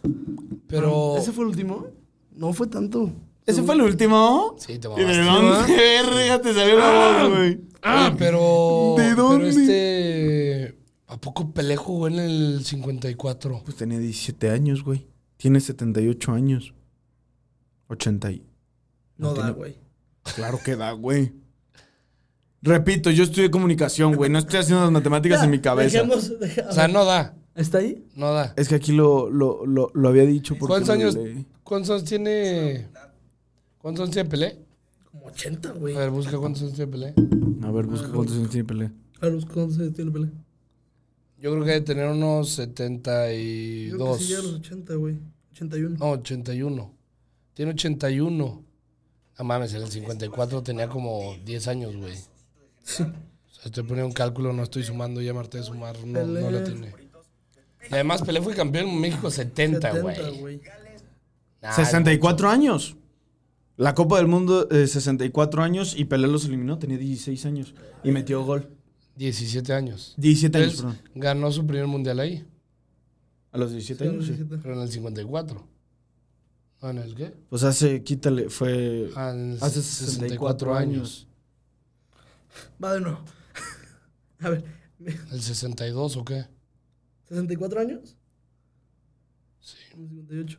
C: Pero.
B: Ah, ¿Ese fue el último? No fue tanto.
A: ¿Ese fue el último?
C: Sí, te
A: Y de
C: mamaste.
A: dónde, verga, te salió la voz, güey.
C: Ah, pero.
A: ¿De dónde?
C: Pero este. ¿A poco Pelé jugó en el 54?
A: Pues tenía 17 años, güey. Tiene 78 años. 80 y...
B: No da,
A: tiene-
B: güey.
A: Claro que da, güey. Repito, yo estudié comunicación, güey. No estoy haciendo las matemáticas
B: Ya,
A: en mi cabeza.
B: dejemos- deja-
C: O sea, no da,
B: ¿Está ahí?
C: no da.
A: Es que aquí lo, lo, lo, lo había dicho porque...
C: ¿Cuántos
A: lo
C: años,
A: leí.
C: ¿Cuántos años tiene? ¿Cuántos años tiene Pelé?
B: Como 80, güey.
C: A ver, busca cuántos años tiene Pelé.
A: A ver,
C: Ah,
A: busca cuántos años tiene Pelé.
B: A los 11 tiene pelea.
C: Yo creo que debe tener unos
B: Yo creo que sí llega a los
C: 72.
B: 80, güey. 81.
C: No, 81. Tiene 81. Ah, mames, en el 54 tenía como 10 años, güey. O sea, estoy poniendo un cálculo, no estoy sumando, ya Marté de sumar, no, no la tiene. Y además, Pelé fue campeón en México 70,
B: 70,
C: güey.
B: güey.
C: Nah,
A: 64 años. La Copa del Mundo, eh, 64 años, y Pelé los eliminó, tenía 16 años. Y metió gol.
C: 17 años.
A: 17 años,
C: Entonces,
A: perdón.
C: ganó su primer mundial ahí,
A: A los 17
B: Sí, a los
A: años, sí.
B: 17.
C: pero en el 54. No, ¿En el qué?
A: Pues hace, quítale, fue.
C: Ah, en el
A: Hace
C: 64
A: 64
C: años.
B: Va de nuevo. A ver,
C: ¿El 62 o qué?
B: ¿64 años?
C: Sí.
B: 58.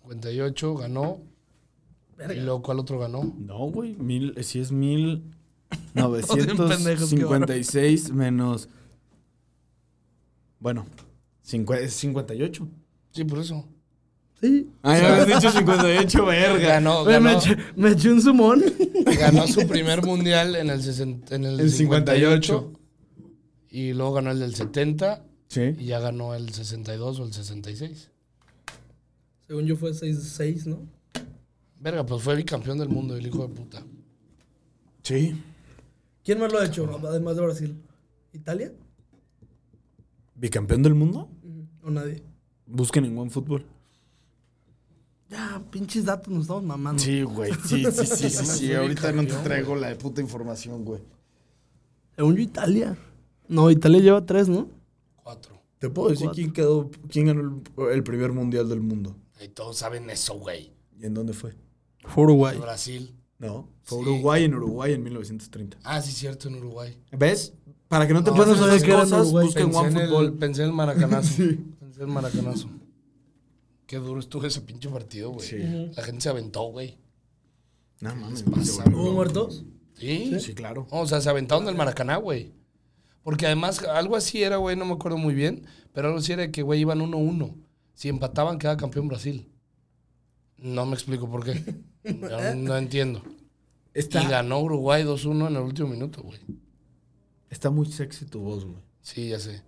C: 58 ganó.
B: Verga.
C: ¿Y luego cuál otro ganó?
A: No, güey. Mil, eh, si es
B: pendejos, qué bárbaro.
A: 1956 menos. Bueno, cincu- es 58.
C: Sí, por eso.
B: Sí.
A: Ay, me habías dicho 58, verga.
C: Ganó,
B: Oye, me,
C: ganó,
B: eché, me eché un sumón.
C: ganó su primer mundial en el, sesen- en el
A: El
C: 58.
A: 58.
C: Y luego ganó el del 70 y
A: Sí.
C: ya ganó el 62 o el 66.
B: Según yo fue 6-6, ¿no?
C: Verga, pues fue el campeón del mundo, el hijo de puta.
A: Sí.
B: ¿Quién más lo ha hecho, además de Brasil? ¿Italia?
A: ¿Bicampeón del mundo?
B: ¿O nadie?
A: Busquen en OneFootball.
B: Ya, pinches datos, nos estamos mamando.
A: Sí, güey. Sí, sí, sí, sí, sí. Ahorita no te
C: bicampeón,
A: traigo la de puta información, güey.
B: Según yo, Italia. No, Italia lleva 3, ¿no?
C: Cuatro.
A: Te puedo decir quién quedó, quién ganó el, el primer mundial del mundo.
C: Y todos saben eso, güey.
A: ¿Y en dónde fue?
B: Uruguay.
C: Brasil.
A: No. Fue
C: Sí.
A: Uruguay en Uruguay en 1930.
C: Ah, sí, cierto, en Uruguay.
A: ¿Ves? Para que no te
C: No,
A: pases
B: no
A: esas
B: sabía que era en
A: cosas,
B: Uruguay.
A: busquen
C: Pensé en, el,
A: OneFootball.
C: pensé en el maracanazo. Pensé en el maracanazo. Qué duro estuvo ese pinche partido, güey. La gente se aventó, güey.
A: No mames,
C: pasa,
A: güey.
B: ¿Hubo muertos?
C: ¿Sí?
A: Sí, claro.
C: O sea, se aventaron del Maracaná, güey. Porque además, algo así era, güey, no me acuerdo muy bien, pero algo así era que, güey, iban 1-1. Si empataban, quedaba campeón Brasil. No me explico por qué. No, no entiendo. Y
A: Está,
C: ganó Uruguay 2-1 en el último minuto, güey.
A: está muy sexy tu voz, güey.
C: Sí, ya sé.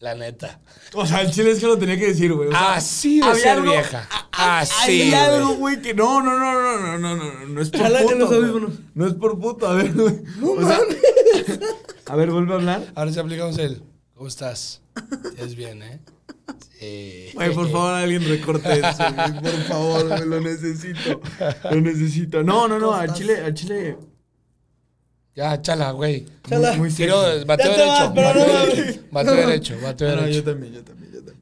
C: La neta.
A: O sea, el chile es que lo tenía que decir, güey. O sea,
C: Ah, Así de
A: había
C: ser
A: algo-
C: vieja. Así.
A: hay algo,
C: güey.
A: Ah, güey, que no, no, no, no, no, no, no, no, no es por
B: Jálate
A: puto.
B: los
A: güey.
B: audífonos.
A: No es por puto, a ver, güey. O sea, a ver, vuelve a hablar.
C: Ahora sí aplicamos el. ¿Cómo estás? Es bien, ¿eh? Sí.
A: Güey, por favor, alguien recorte eso, güey. Por favor, güey, lo necesito. Lo necesito. No, no, no, al chile, al chile.
C: Ya, chala, güey.
B: Chala.
A: Muy sexy.
C: Tiro, bateo
B: Ya te vas,
C: derecho.
B: pero
C: Bateo
B: no
C: derecho. Bateo derecho. Bateo
A: No, Ah, yo
C: derecho.
A: también, yo también, yo también.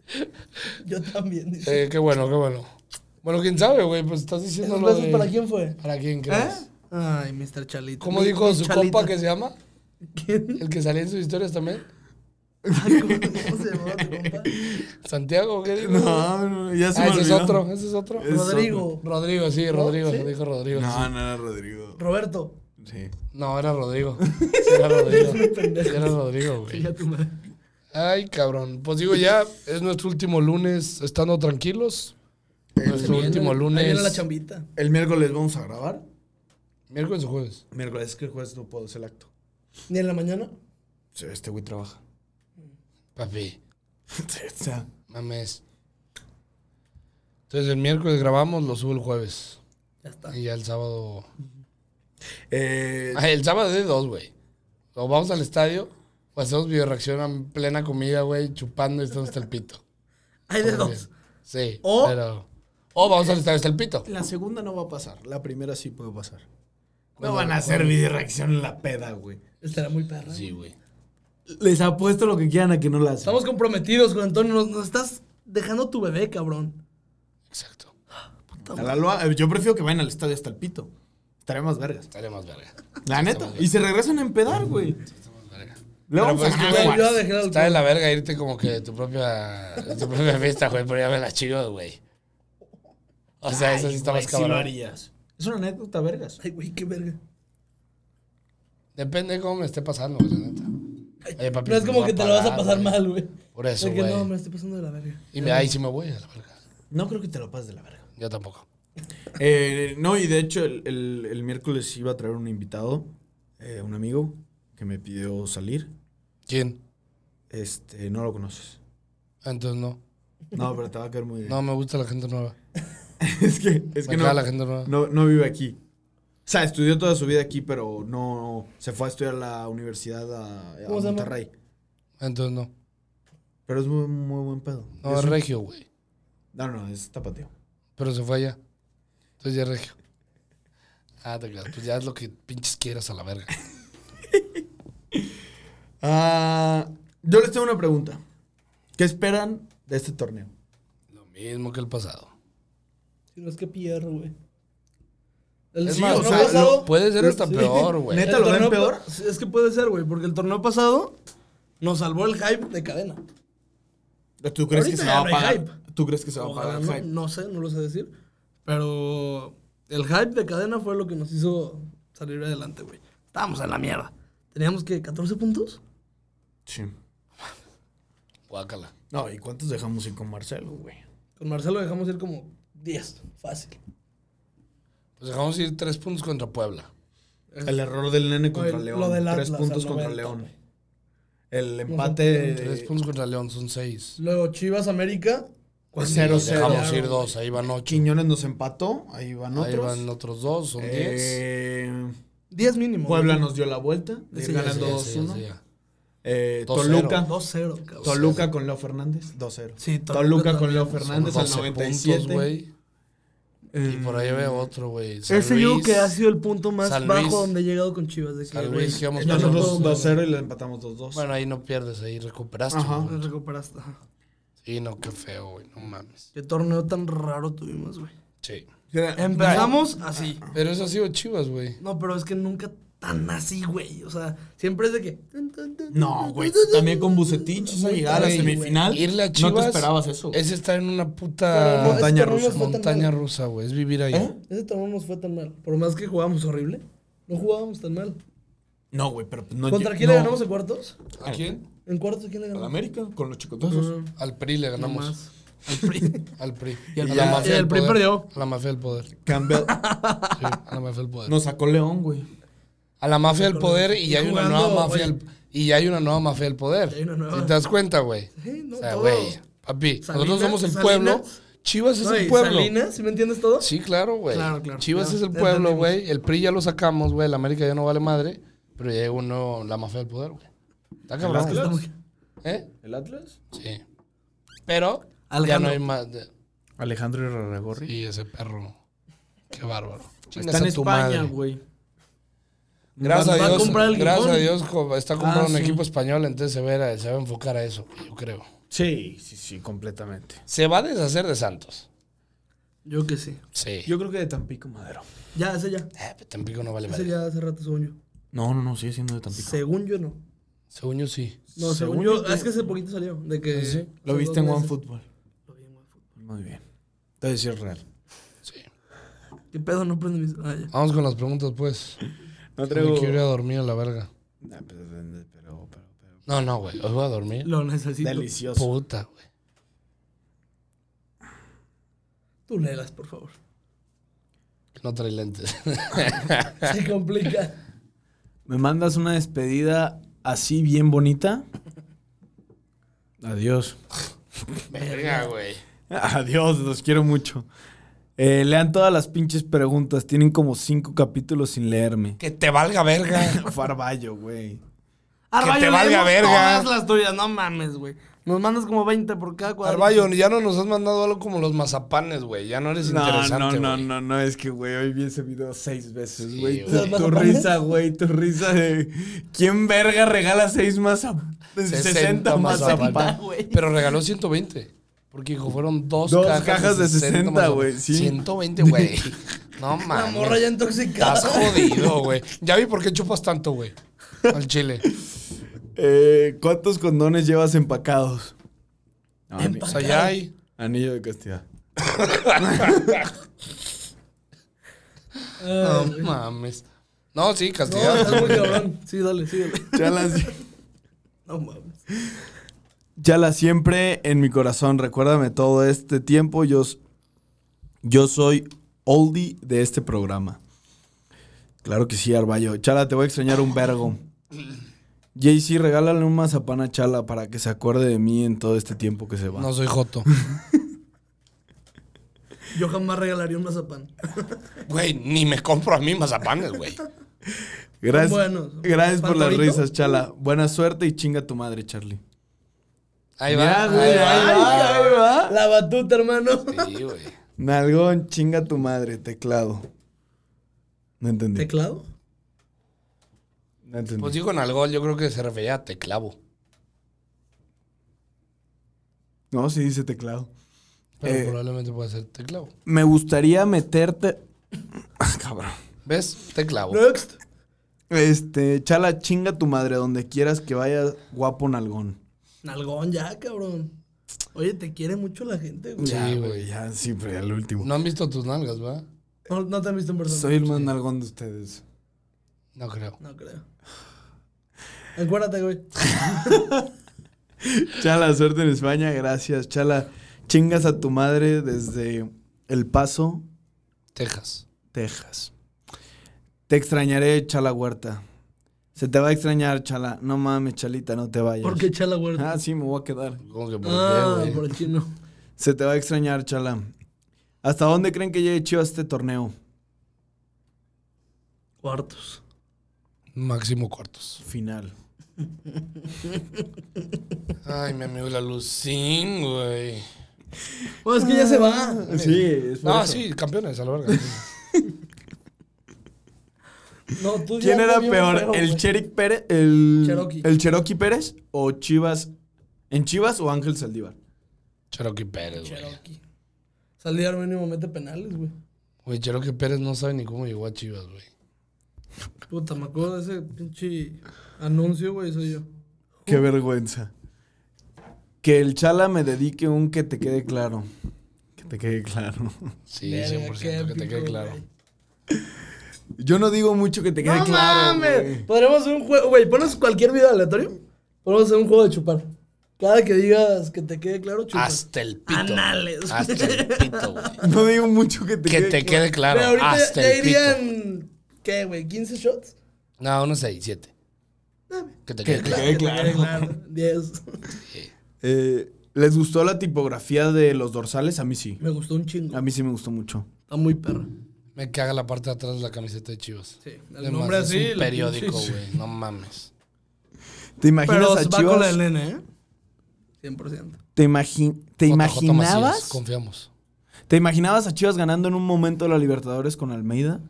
B: Yo también. dice.
C: Eh, qué bueno, qué bueno. Bueno, quién sabe, güey. Pues estás diciendo
B: ¿Esos
C: lo
B: besos
C: de...
B: para quién fue? Pues,
C: ¿Para quién crees?
B: Ay, Mr. Chalito.
C: ¿Cómo
B: Mi-
C: ¿Eh? dijo
B: mi
C: su
B: Chalito.
C: compa que se llama?
B: ¿Quién?
C: El que salía en sus historias también.
B: Ay, ¿cómo, cómo se llamaba tu compa?
C: ¿Santiago? ¿Qué dijo?
A: No, no, ya se
C: ah,
A: me
C: ese es
A: olvidó.
C: otro. Ese es otro.
A: Es-
B: Rodrigo.
C: Rodrigo, sí, Rodrigo.
B: ¿Sí?
C: Dijo Rodrigo. sí.
A: No, no era Rodrigo.
B: Roberto.
A: Sí.
C: No, era Rodrigo. Sí, era Rodrigo.
B: pendejo.
C: Sí, era Rodrigo, güey.
B: Ya tu madre.
C: Ay, cabrón. Pues digo, ya es nuestro último lunes estando tranquilos. Nuestro último
B: eh. Ahí viene la
C: lunes.
B: chambita.
A: El miércoles vamos a grabar.
C: Miércoles o jueves.
A: Miércoles, es que el jueves no puedo hacer el acto.
B: ¿Ni en la mañana?
A: Sí, Este güey trabaja.
C: Papi,
A: Sí, o sea,
C: mames. Entonces el miércoles grabamos, lo subo el jueves.
B: Ya está.
C: Y ya el sábado.
A: eh,
C: Ay, el sábado de dos, güey. O vamos al estadio, o hacemos video reacción en plena comida, güey, chupando y estamos hasta el pito.
B: Hay
C: Ah,
B: de dos.
C: Sí.
B: O-
C: Pero... o vamos al estadio hasta el pito.
A: la segunda no va a pasar. La primera sí puede pasar. No
C: ¿Cuándo?
A: van a hacer video reacción en la peda, güey.
B: Estará Este muy perra.
C: Sí, güey.
A: Les apuesto lo que quieran a que no la hacen.
B: Estamos comprometidos, Juan Antonio. Nos, nos estás dejando tu bebé, cabrón.
C: Exacto.
A: A la loa- eh, yo prefiero que vayan al estadio hasta el pito. Estaré más vergas.
C: Estaré más verga.
A: La neta. Y se regresan a empedar, güey.
C: Más verga.
A: Luego
C: Pero
A: vamos
C: pues
A: a
C: es que,
A: ganar,
C: güey,
A: güey.
B: Yo dejé el
C: Está de la verga irte como que de tu propia, de tu propia fiesta, güey, pero ya me la chido, güey. O sea, eso sí está
A: Güey,
C: más
A: sí lo
C: cabrón.
A: harías. Es una anécdota vergas.
B: Ay, güey, qué verga.
C: Depende de cómo me esté pasando, güey, la neta. Oye, papi, pues,
B: no es como
C: voy
B: que te la vas a
C: parar,
B: pasar
C: güey.
B: mal, güey.
C: Por eso,
B: Porque
C: güey.
B: no, me estoy pasando de la verga.
C: Y me, ahí sí me voy a la verga.
A: No creo que te lo pases de la verga.
C: Yo tampoco.
A: Eh, no, y de hecho el, el- el miércoles iba a traer un invitado, eh, un amigo, que me pidió salir.
C: ¿Quién?
A: Este, no lo conoces.
C: Ah, Entonces no.
A: No, pero te va a caer muy bien.
C: No, me gusta la gente nueva.
A: es que, es
C: me
A: que
C: caga
A: no,
C: la gente nueva.
A: no, no vive aquí. O sea, estudió toda su vida aquí, pero no se fue a estudiar a la universidad a, a
B: ¿Cómo se llama?
A: Monterrey.
C: Entonces no.
A: Pero es muy, muy buen pedo.
C: No,
A: Es
C: es
A: un-
C: regio, güey.
A: no, no, es tapateo.
C: Pero se fue allá. Entonces ya es regio. Ah, te creas. Pues ya es lo que pinches quieras a la verga.
A: Ah, yo les tengo una pregunta. ¿Qué esperan de este torneo?
C: Lo mismo que el pasado.
B: Si no es que Pierre, güey. El
C: Es
B: sí,
C: más,
B: o
C: o
B: sea,
C: sea,
B: pasado,
C: lo- puede ser hasta
B: Sí.
C: peor, güey.
A: Neta, lo ven
B: torneo
A: peor.
B: pa- sí, Es que puede ser, güey, porque el torneo pasado nos salvó el hype de cadena.
D: ¿Tú crees
B: Ahorita
D: que se
B: ya
D: va a
B: no hay
D: pagar?
B: hype.
D: ¿Tú crees que se va a
B: Ojalá,
D: pagar
B: no,
D: el hype?
B: no sé, no lo sé decir. Pero el hype de cadena fue lo que nos hizo salir adelante, güey. Estábamos en la mierda. Teníamos que 14 puntos.
D: Sí.
C: Guácala.
D: No, ¿y cuántos dejamos ir con Marcelo, güey?
B: Con Marcelo dejamos ir como 10, fácil.
C: Pues dejamos ir tres puntos contra Puebla.
D: El error del nene contra
B: Oye,
D: León.
B: lo del
D: tres
B: Atlas
D: puntos
B: al
D: contra
B: 90,
D: León.
B: güey.
D: El empate.
C: Tres puntos contra León son seis.
B: Luego Chivas América. Pues cuando
D: Pues Cero,
B: nos
D: cero.
C: Dejamos
B: ganaron,
C: ir dos, ahí van ocho.
D: Quiñones nos empató. Ahí van
C: Ahí
D: otros.
C: van otros dos, son diez.
D: Eh,
B: 10 mínimo.
D: Puebla nos dio la vuelta. de ir
B: Sí, ya sé,
D: ganando
C: Sí,
D: 2-1.
C: sí, sí, ya.
D: Eh,
C: 2-0.
D: Toluca.
B: 2-0, cabrón.
D: Toluca con Leo Fernández. 2-0.
B: Sí, Toluca
D: Toluca con
B: también.
D: Leo
C: Son
D: Fernández al
C: 12 puntos,
D: 97.
C: güey.
D: Eh,
C: Y por ahí veo otro, güey. San
B: Ese yo
C: Luis.
B: que ha sido el punto más
C: San Luis.
B: bajo donde he llegado con Chivas. De que,
C: San
B: güey,
C: Luis, que vamos
B: ya no
C: ganando.
D: Nosotros
B: puedo-
D: 2-0 y le empatamos 2-2.
C: Bueno, ahí no pierdes, ahí recuperaste.
D: Ajá.
C: güey.
B: no recuperaste. ajá.
C: Sí, no, qué feo, güey. No mames.
B: Qué torneo tan raro tuvimos, güey.
C: Sí.
B: Empezamos así.
C: Pero eso ha sido chivas, güey.
B: No, pero es que nunca tan así, güey. O sea, siempre es de que.
D: No, güey. También con Bucetich, o sea, llegar a la
C: Güey,
D: semifinal.
C: Irle a
D: No
C: Chivas
D: te esperabas eso. güey.
C: Es estar en una
B: Pero
C: puta
B: no, este
D: montaña
B: torneo
D: rusa,
B: no fue tan
C: montaña
B: mal.
C: rusa, güey. Es vivir allá.
D: ¿Eh?
B: Ese torneo no nos fue tan mal. Por más que jugábamos horrible, no jugábamos tan mal.
D: No, güey, pero no.
B: ¿Contra quién
D: no.
B: le ganamos en cuartos?
C: ¿A quién?
B: ¿En cuartos quién le
D: Al
B: ganamos?
D: América, con los chicotazos.
B: Ah,
C: Al PRI le ganamos.
B: más. Al PRI.
C: Al PRI.
D: Y
C: a
D: ya-
C: la mafia
B: y el
C: del
B: PRI
C: poder.
B: perdió.
C: A la mafia del poder. Sí,
D: Campbell
C: a la mafia del poder.
D: nos sacó León, güey.
C: A la mafia del poder y ya hay una
B: jugando,
C: nueva mafia
B: oye.
C: del Y ya hay una nueva mafia del poder.
B: Ya hay una nueva.
C: ¿Sí ¿Te das cuenta, güey?
B: Sí, no,
C: o sea,
B: todo.
C: güey. Papi, nosotros
B: Salinas,
C: somos el
B: Salinas.
C: pueblo. Chivas es
B: No,
C: el
B: y
C: pueblo.
B: Salinas, ¿sí me entiendes todo?
C: Sí, claro, güey.
B: Claro, claro,
C: Chivas
B: claro.
C: es el
B: Ya
C: pueblo,
B: entendimos.
C: güey. El PRI ya lo sacamos, güey. La América ya no vale madre. Pero ya llegó uno, la mafia del poder, güey. Está cabrón.
D: Atlas?
C: güey. ¿Eh?
A: ¿El Atlas?
C: Sí. Pero ya
B: Alejandro.
C: no hay más. de-
A: Alejandro Irarragorri.
C: Y ese perro. Qué bárbaro. Chingas
A: Está en
C: a tu
A: España,
C: madre.
A: güey.
C: Gracias
B: Va
C: a
B: a
C: Dios.
B: comprar el
C: gracias a
B: Gijón.
C: Dios co- está comprando
A: Ah,
C: un
A: sí.
C: equipo español, entonces se va, a- se va a enfocar a eso, yo creo.
A: Sí, sí, sí, completamente.
C: Se va a deshacer de Santos.
B: Yo que sí.
C: Sí.
A: Yo creo que de Tampico Madero.
B: Ya, ese ya.
C: Eh, pero Tampico no vale
B: Ese
C: madre.
B: ya hace rato, según yo.
A: No, no, no, sigue siendo de Tampico.
B: Según yo, no.
C: Según yo sí.
B: No, según,
A: Según
B: yo,
A: yo,
B: es que hace poquito salió. De que
C: sí?
D: Lo
B: hace
D: viste
B: dos
D: en
B: meses.
D: OneFootball.
B: Lo vi en OneFootball.
A: Muy bien. Entonces sí es real.
C: Sí.
B: ¿Qué pedo? No prende mis. Ah, ya.
C: Vamos con las preguntas, pues.
A: No
C: Me quiero ir a dormir a la verga.
A: Nah, pero, pero, pero, pero-
C: No, no, güey. Hoy voy a dormir.
B: Lo necesito.
A: Delicioso.
C: Puta, güey.
B: Tú léelas, por favor.
C: No trae lentes.
B: Se complica.
A: ¿Me mandas una despedida así bien bonita? Adiós.
C: verga, güey.
A: Adiós, los quiero mucho. Eh, lean todas las pinches preguntas. Tienen como cinco capítulos sin leerme.
C: Que te valga verga.
A: Farballo, güey.
B: Arbayo,
C: te valga
B: leemos
C: verga.
B: Todas las tuyas, no mames, güey. Nos mandas como 20 por cada cuadro.
C: Arbayo, ya no nos has mandado algo como los mazapanes, güey. Ya no eres
A: No, no,
C: interesante,
A: no,
C: güey.
A: no, no, es que, güey, hoy vi ese video seis veces,
C: Sí,
A: güey.
C: güey.
A: tu, tu risa, güey, tu risa de... ¿Quién verga regala seis más 60,
C: 60
A: mazapanes?
C: mazapanes.
B: güey.
C: Pero regaló 120. Porque hijo, fueron dos,
A: Dos cajas de 60,
C: mazapanes.
A: güey, sí.
C: 120, güey. No
B: La morra ya
C: mames.
B: intoxicada.
C: Estás jodido, güey. Ya vi por qué chupas tanto, güey. Al chile.
A: Eh, ¿Cuántos condones llevas empacados? No, ani-
C: O sea, ya hay.
A: anillo de castidad.
C: No
B: Ay, güey.
C: mames. No, sí,
B: No,
C: castidad.
B: está Eh, muy cabrón. Sí, dale, sí, dale.
A: Ya las-
B: No mames.
A: Chala, siempre en mi corazón, recuérdame todo este tiempo. Yo, s- yo soy oldie de este programa. Claro que sí, Arballo. Chala, te voy a extrañar un vergo. JC, regálale un mazapán a Chala para que se acuerde de mí en todo este tiempo que se va.
C: No soy Joto.
B: Yo jamás regalaría un mazapán.
C: Güey, ni me compro a mí mazapanes, güey.
A: gracias
B: buenos.
A: gracias por las
B: ¿Pantorito?
A: risas, Chala. Buena suerte y chinga tu madre, Charlie.
C: Ahí va.
A: Ya,
C: ahí
A: güey,
C: va,
A: ahí
C: ahí va.
A: va, ahí va.
B: La batuta, hermano.
C: Sí, güey.
A: Nalgón, chinga tu madre, teclado. No entendí.
B: ¿Teclado?
A: no entendí.
C: Pues digo en alcohol, yo creo que se refería a teclavo.
A: No, sí dice teclado.
C: Pero
A: Eh.
C: probablemente pueda ser teclado.
A: Me gustaría meterte. Cabrón.
C: ¿Ves? Teclado.
B: Next.
A: Este, chala, chinga tu madre donde quieras que vaya guapo nalgón.
B: Nalgón ya, cabrón. Oye, te quiere mucho la gente, güey.
C: Sí, güey.
A: Ya, siempre, al último.
C: No han visto tus nalgas, ¿verdad?
B: No, no te han visto en persona.
A: Soy el más nalgón de ustedes.
C: No creo.
B: No creo. Encuérdate, güey.
A: Chala, suerte en España, gracias. Chala, chingas a tu madre desde El Paso,
C: Texas.
A: Texas. Te extrañaré, Chala Huerta. Se te va a extrañar, Chala. No mames, Chalita, no te vayas.
B: Porque chala huerta.
A: Ah, sí, me voy a quedar.
C: ¿Cómo que por
B: Ah,
C: qué,
B: por
C: güey?
B: el chino.
A: Se te va a extrañar, Chala. ¿Hasta dónde creen que llegue Chivas este torneo?
B: Cuartos.
C: Máximo cuartos.
A: Final.
C: Ay, mi amigo la Lucín, güey.
B: Pues es que ya se va.
A: Sí, es por
C: Ah,
A: eso.
C: sí, campeones, a la verga.
B: No, tú ya
A: ¿Quién era
B: andas bien
A: peor?
B: feo,
A: ¿El
B: güey.
A: Cherik Pérez? El
B: Cherokee.
A: ¿El Cherokee Pérez? ¿O Chivas? ¿En Chivas o Ángel Saldívar?
C: Cherokee Pérez, güey.
B: Cherokee. Saldívar mínimo mete penales, güey.
C: Güey, Cherokee Pérez no sabe ni cómo llegó a Chivas, güey.
B: Puta, me acuerdo de ese pinche anuncio, güey, soy yo.
A: Qué vergüenza. Que el Chala me dedique un que te quede claro. Que te quede claro.
C: Sí,
B: Verga,
C: 100%, que
B: qué
C: te quede
B: épico,
C: claro.
B: güey.
A: Yo no digo mucho que te quede claro. güey.
B: Podremos hacer un juego, güey, pones cualquier video aleatorio. Podemos hacer un juego de chupar. Cada que digas que te quede claro, chupas.
C: Hasta el pito.
B: Anales.
C: Hasta el pito, güey.
A: No digo mucho que te
C: Que
A: quede
C: te quede claro.
B: Pero ahorita
C: hasta
B: ya
C: el pito.
B: irían, ¿qué, güey? ¿15 shots?
C: No, unos 6, 7. Que te quede
A: te
C: claro.
A: quede
B: Ah. Que te quede claro. 10.
A: Eh, ¿Les gustó la tipografía de los dorsales? A mí sí.
B: Me gustó un chingo.
A: A mí sí me gustó mucho.
B: Está muy perra.
C: Me caga la parte de atrás de la camiseta de Chivas.
B: Sí, el
C: Además,
B: nombre
C: es
B: así,
C: un
B: la
C: periódico,
B: pinche-
C: güey. No mames.
A: ¿Te imaginas
B: Pero
A: a
B: va con la
A: Chivas?
B: del nene, ¿eh? 100%.
A: ¿Te, imagi- te
C: JJ Macías,
A: imaginabas?
C: Confiamos.
A: ¿Te imaginabas a Chivas ganando en un momento la Libertadores con Almeida?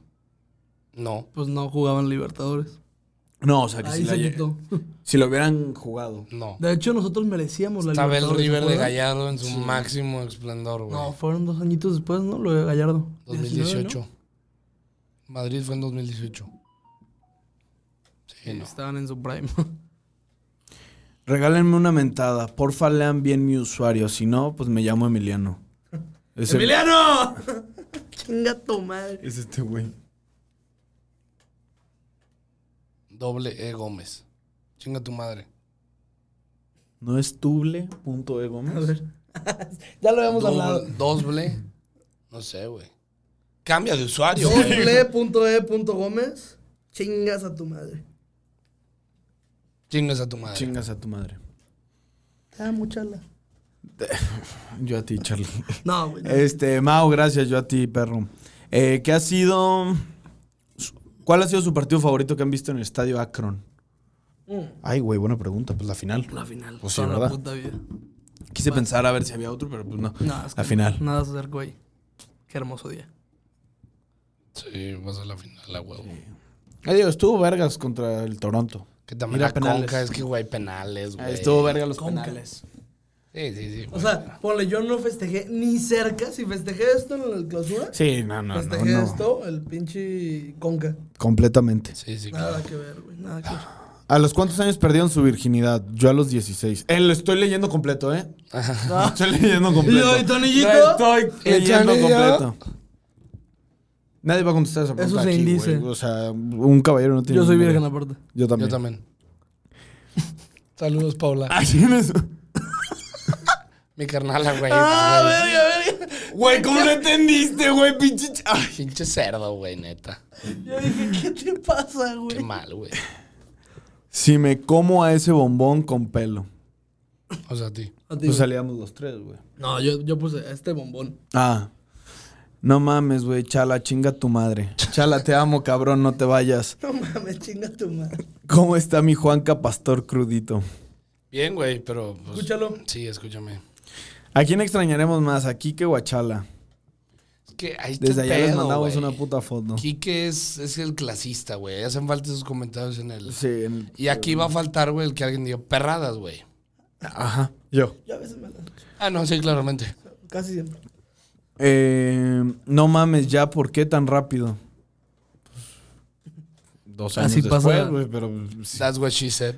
C: No.
B: Pues no jugaban Libertadores.
A: No, o sea que
B: Ahí
A: si, la
B: se
A: lle-
B: quitó.
A: si lo hubieran jugado.
C: No.
B: De hecho, nosotros merecíamos la
C: Estaba el
B: Libertadores.
C: River
B: ¿se
C: de
B: acuerdan?
C: Gallardo en su máximo esplendor, güey.
B: No, fueron dos añitos después, ¿no? Lo de Gallardo.
C: 2018.
B: 19,
C: Madrid fue en 2018. Sí,
B: ¿no?
C: no.
A: este.
B: Estaban en su prime.
A: Regálenme una mentada. Porfa, lean bien mi usuario. Si no, pues me llamo Emiliano. Es el-
B: ¡Emiliano! Chinga tu madre.
A: Es este güey.
C: Doble E Gómez. Chinga tu madre.
A: ¿No es e tuble.e Gómez?
B: A ver. ya lo habíamos hablado.
C: Doble, doble. No sé, güey. Cambia de usuario, güey.
B: Doble.e.gómez. E Chingas a tu madre.
C: Chingas a tu madre.
A: Chingas a tu madre.
B: Ah, muchala.
A: Yo a ti, Charlie.
B: No, güey.
A: Este, Mau, gracias. Yo a ti, perro. Eh, ¿Qué ha sido. su- ¿Cuál ha sido su partido favorito que han visto en el estadio Akron?
B: Mm,
A: Ay, güey, buena pregunta. Pues la final.
B: La final.
A: Pues sí,
B: Toda la
A: ¿verdad?
B: puta vida.
A: Quise pensar a ver si había otro, pero pues no.
B: No, es que
A: La final.
B: Nada se acercó ahí. Qué hermoso día.
C: Sí, vas a la final, la huevo.
A: Eh, digo, estuvo Vergas contra el Toronto.
C: Que también
A: Ir a
C: la
A: penales.
C: conca es que, güey, penales, güey.
A: estuvo Vergas los
B: Conca.
A: penales.
C: Sí, sí, sí.
B: O
C: güey.
B: sea, ponle, yo no festejé ni cerca. Si festejé esto en la clausura,
A: Sí, no, no, no.
B: festejé
A: no.
B: Este, esto, el pinche conca.
A: Completamente.
C: Sí, sí, claro.
B: Nada que ver, güey. Nada que ver.
A: ¿A los cuántos años perdieron su virginidad? Yo a los 16. Eh, lo estoy leyendo completo, ¿eh? Lo estoy leyendo completo.
B: ¿Y Tonillito?
A: Lo estoy
C: ¿Y
A: leyendo
C: Tonillo?
A: completo. Nadie va a contestar esa pregunta
B: Eso se
A: aquí,
B: indice.
A: güey. O sea, un caballero no tiene...
B: Yo soy
A: memoria.
B: virgen aparte.
A: Yo también. Ah,
C: Yo también. Saludos, Paula.
A: ¿A quién es?
C: Mi carnala, güey.
B: Ah,
C: Ah, güey.
B: verga,
A: Güey, ¿cómo no entendiste, güey? Pinche... ch- Ay.
C: Pinche cerdo, güey, neta.
B: Yo dije, ¿qué te pasa,
C: Qué
B: güey?
C: mal, güey.
A: Si me como a ese bombón con pelo.
C: O sea, a ti.
B: A ti,
A: Pues
B: güey.
A: salíamos los tres, güey.
B: No, yo, yo puse este bombón.
A: Ah. No mames, güey. Chala, chinga tu madre. Chala, te amo, cabrón. No te vayas.
B: No mames, chinga tu madre.
A: ¿Cómo está mi Juanca Pastor crudito?
C: Bien, güey, pero. pues,
B: Escúchalo.
C: Sí, escúchame.
A: ¿A quién extrañaremos más? ¿A Quique o a Chala?
C: Es que ahí está
A: Desde
C: el
A: allá les
C: pedo,
A: mandamos
C: güey.
A: una puta foto.
C: Quique es, es el clasista, güey. Hacen falta esos comentarios en el.
A: Sí, en-
C: Y aquí va a faltar, güey, el que alguien diga perradas, güey.
A: Ajá, yo.
B: Yo a veces me la...
C: Ah, no, sí, claramente.
B: Casi siempre.
A: Eh, no mames, ya, ¿por qué tan rápido? Dos años
B: Así
A: después,
B: pasa.
A: güey, pero... sí.
C: That's what she said.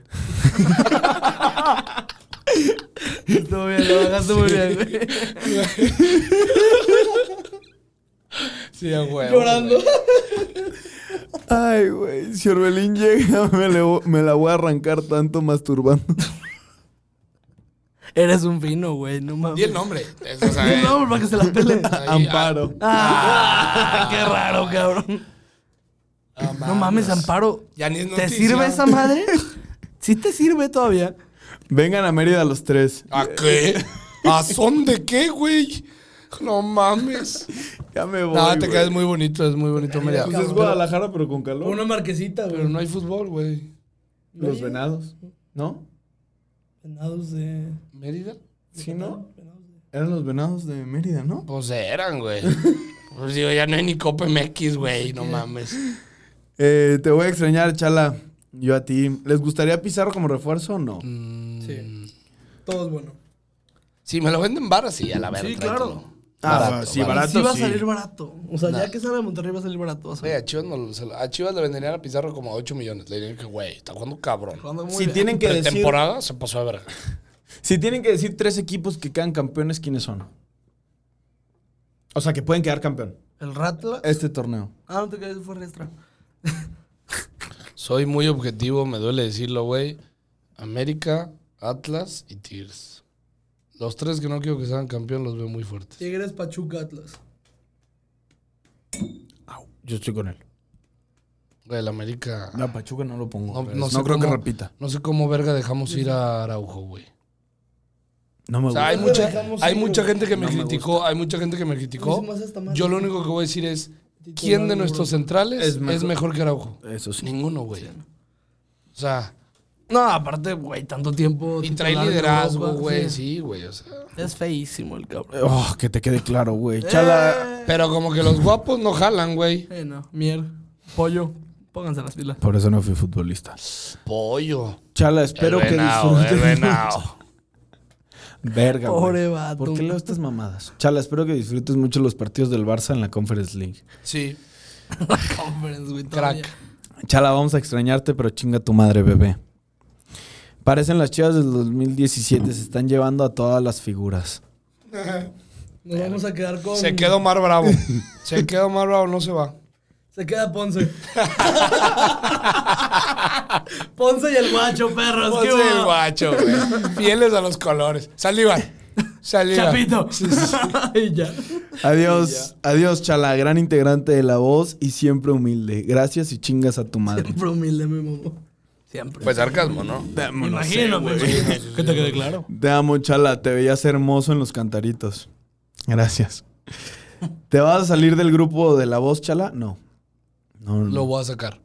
B: Todo bien, lo bajaste muy bien, güey.
C: Sí, a huevo,
B: Llorando.
C: güey.
A: Ay, güey, si Orbelín llega, me, le vo- me la voy a arrancar tanto masturbando.
B: Eres un fino, güey, no mames.
C: Di el nombre. Es- o sea,
B: Di
C: eh,
B: el nombre para que se la pelen.
C: ahí,
A: Amparo.
B: ¡Ah! ¡Qué raro, cabrón!
C: ah,
B: No mames, Amparo.
C: Ya ni es
B: ¿Te
C: noticia.
B: sirve esa madre? ¿Sí te sirve todavía?
A: Vengan a Mérida los tres.
C: ¿A qué? ¿A son de qué, güey? No mames.
A: Ya me voy,
C: No, te
A: güey.
C: quedas muy bonito, es muy bonito, Mérida.
A: Pues es Guadalajara, pero con calor.
B: marquesita,
C: Pero no hay fútbol, güey.
A: Los venados, ¿no?
B: Venados de...
C: ¿Mérida?
A: ¿Sí, no? Eran los venados de Mérida, ¿no?
C: Pues eran, güey. Pues digo, ya no hay ni Copa MX, güey. No mames.
A: Eh, te voy a extrañar, Chala. Yo a ti. ¿Les gustaría Pizarro como refuerzo o no?
C: Mm,
B: Sí. Todo es bueno.
C: Si me lo venden barra, sí, a la verga.
B: Sí, claro.
C: tráetelo.
A: Ah,
C: Barato,
A: sí,
C: barato.
A: barato.
B: sí va
A: sí.
B: a salir barato. O sea,
C: Nah.
B: ya que sale de Monterrey va a salir barato. Vas a
C: Güey,
B: ver.
C: a Chivas, no lo- se lo- a Chivas le venderían a Pizarro como 8 millones. Le dirían que, güey, está jugando cabrón.
B: Jugando muy
A: Si
B: bien.
A: tienen que decir,
C: Pretemporada se pasó a verga.
A: si tienen que decir tres equipos que quedan campeones, ¿quiénes son? O sea, que pueden quedar campeón
B: El Ratla...
C: Eh.
A: este torneo.
B: Ah, no te quedas, fue Riestra.
C: Soy muy objetivo, me duele decirlo, güey. América, Atlas y Tigres. Los tres que no quiero que sean campeón los veo muy fuertes.
B: Tigres, Pachuca, Atlas.
A: Yo estoy con él.
C: Güey, el América.
A: La Pachuca no lo pongo.
C: No,
A: pero
C: no
A: es-
C: sé
A: no creo que
C: cómo-
A: repita.
C: No sé cómo verga dejamos ir a Araujo, güey.
A: No me
C: O sea, hay
B: Dejamos
C: mucha,
B: ir,
C: hay
B: güey.
C: mucha gente que me
A: No me
C: criticó, hay mucha gente que me
B: A mí
C: criticó.
B: se me hace hasta mal.
C: Yo lo único que voy a decir es, ¿quién de
B: Titular, güey.
C: nuestros centrales
A: Es
C: es mejor,
A: mejor-
C: que Araujo?
A: Eso sí.
C: Ninguno, güey. O sea,
B: No, aparte, güey, tanto tiempo...
C: y trae
B: titular de
C: liderazgo,
B: Europa,
C: güey,
B: sí.
C: sí, güey, o sea.
B: Es feísimo el cabrón.
A: Oh, que te quede claro, güey. Chala.
C: Pero como que los guapos no jalan, güey.
B: Eh, no. Mier. Pollo. Pónganse las pilas.
A: Por eso no fui futbolista.
C: Pollo.
A: Chala, espero
C: El
A: que
C: venao, el
A: disfruten.
C: venao.
A: Verga, güey.
B: Pobre vato.
A: ¿Por qué leo estas mamadas? Chala, espero que disfrutes mucho los partidos del Barça en la Conference League.
C: Sí.
B: Conference, güey, todavía.
C: Crack.
A: Chala, vamos a extrañarte, pero chinga tu madre, bebé. Parecen las chivas del 2017, se están llevando a todas las figuras.
B: Nos vamos a quedar con...
C: Se quedó más bravo. Se quedó más bravo, no se va.
B: Se queda Ponce. Ponce y el guacho, perros. ¿qué
C: Ponce y el
B: hubo?
C: Pues guacho, güey. Fieles a los colores. Saliva. Saliva.
B: Chapito. y ya.
A: Adiós, adiós, Chala, gran integrante de La Voz y siempre humilde. Gracias y chingas a tu madre.
B: Siempre humilde, mi mamá. Siempre.
C: Pues sarcasmo, ¿no?
B: me imagino, me imagino. Que te quede claro.
A: Te amo, Chala, te veías hermoso en los cantaritos. Gracias. ¿Te vas a salir del grupo de La Voz, Chala? No. No, no.
C: Lo voy a sacar.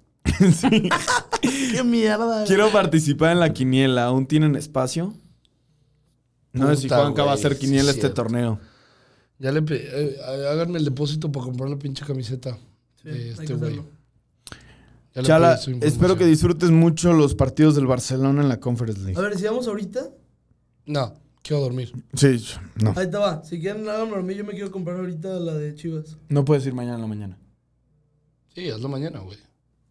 B: Qué mierda.
A: Quiero participar en la quiniela. ¿Aún tienen espacio? No sé si
C: Puta,
A: Juanca va a
C: güey,
A: hacer
C: sí
A: quiniela
C: es
A: este
C: cierto.
A: torneo.
C: Ya le pedí. háganme el depósito para comprar la pinche camiseta de este güey. Ya le
A: Chala,
C: pedí su información.
A: espero que disfrutes mucho los partidos del Barcelona en la Conference
B: A
A: League.
B: ver, si vamos ahorita,
C: No, quiero dormir.
A: Sí, no.
B: ahí te va. Si quieren, háganme a mí. Yo me quiero comprar ahorita la de Chivas.
A: No puedes ir mañana en la mañana.
C: Sí, hazlo mañana, güey.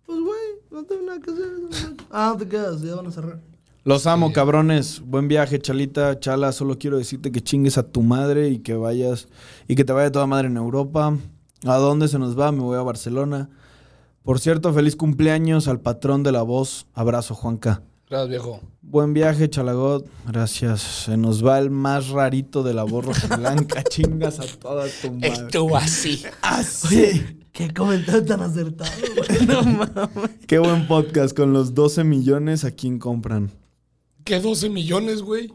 B: Pues, güey, no tengo nada que hacer. Ah, no te quedas, ya van a cerrar.
A: Los amo,
C: Sí.
A: cabrones. Buen viaje, Chalita. Chala, solo quiero decirte que chingues a tu madre y que vayas y que te vaya toda madre en Europa. ¿A dónde se nos va? Me voy a Barcelona. Por cierto, feliz cumpleaños al patrón de la voz. Abrazo, Juanca.
C: Gracias, viejo.
A: Buen viaje, Chalagot. Gracias. Se nos va el más rarito de la borra blanca. Chingas a toda tu madre.
C: así.
A: Así.
B: Qué comentario tan acertado, güey. No mames.
A: Qué buen podcast. Con los 12 millones, ¿a quién compran?
C: ¿Qué 12 millones, güey?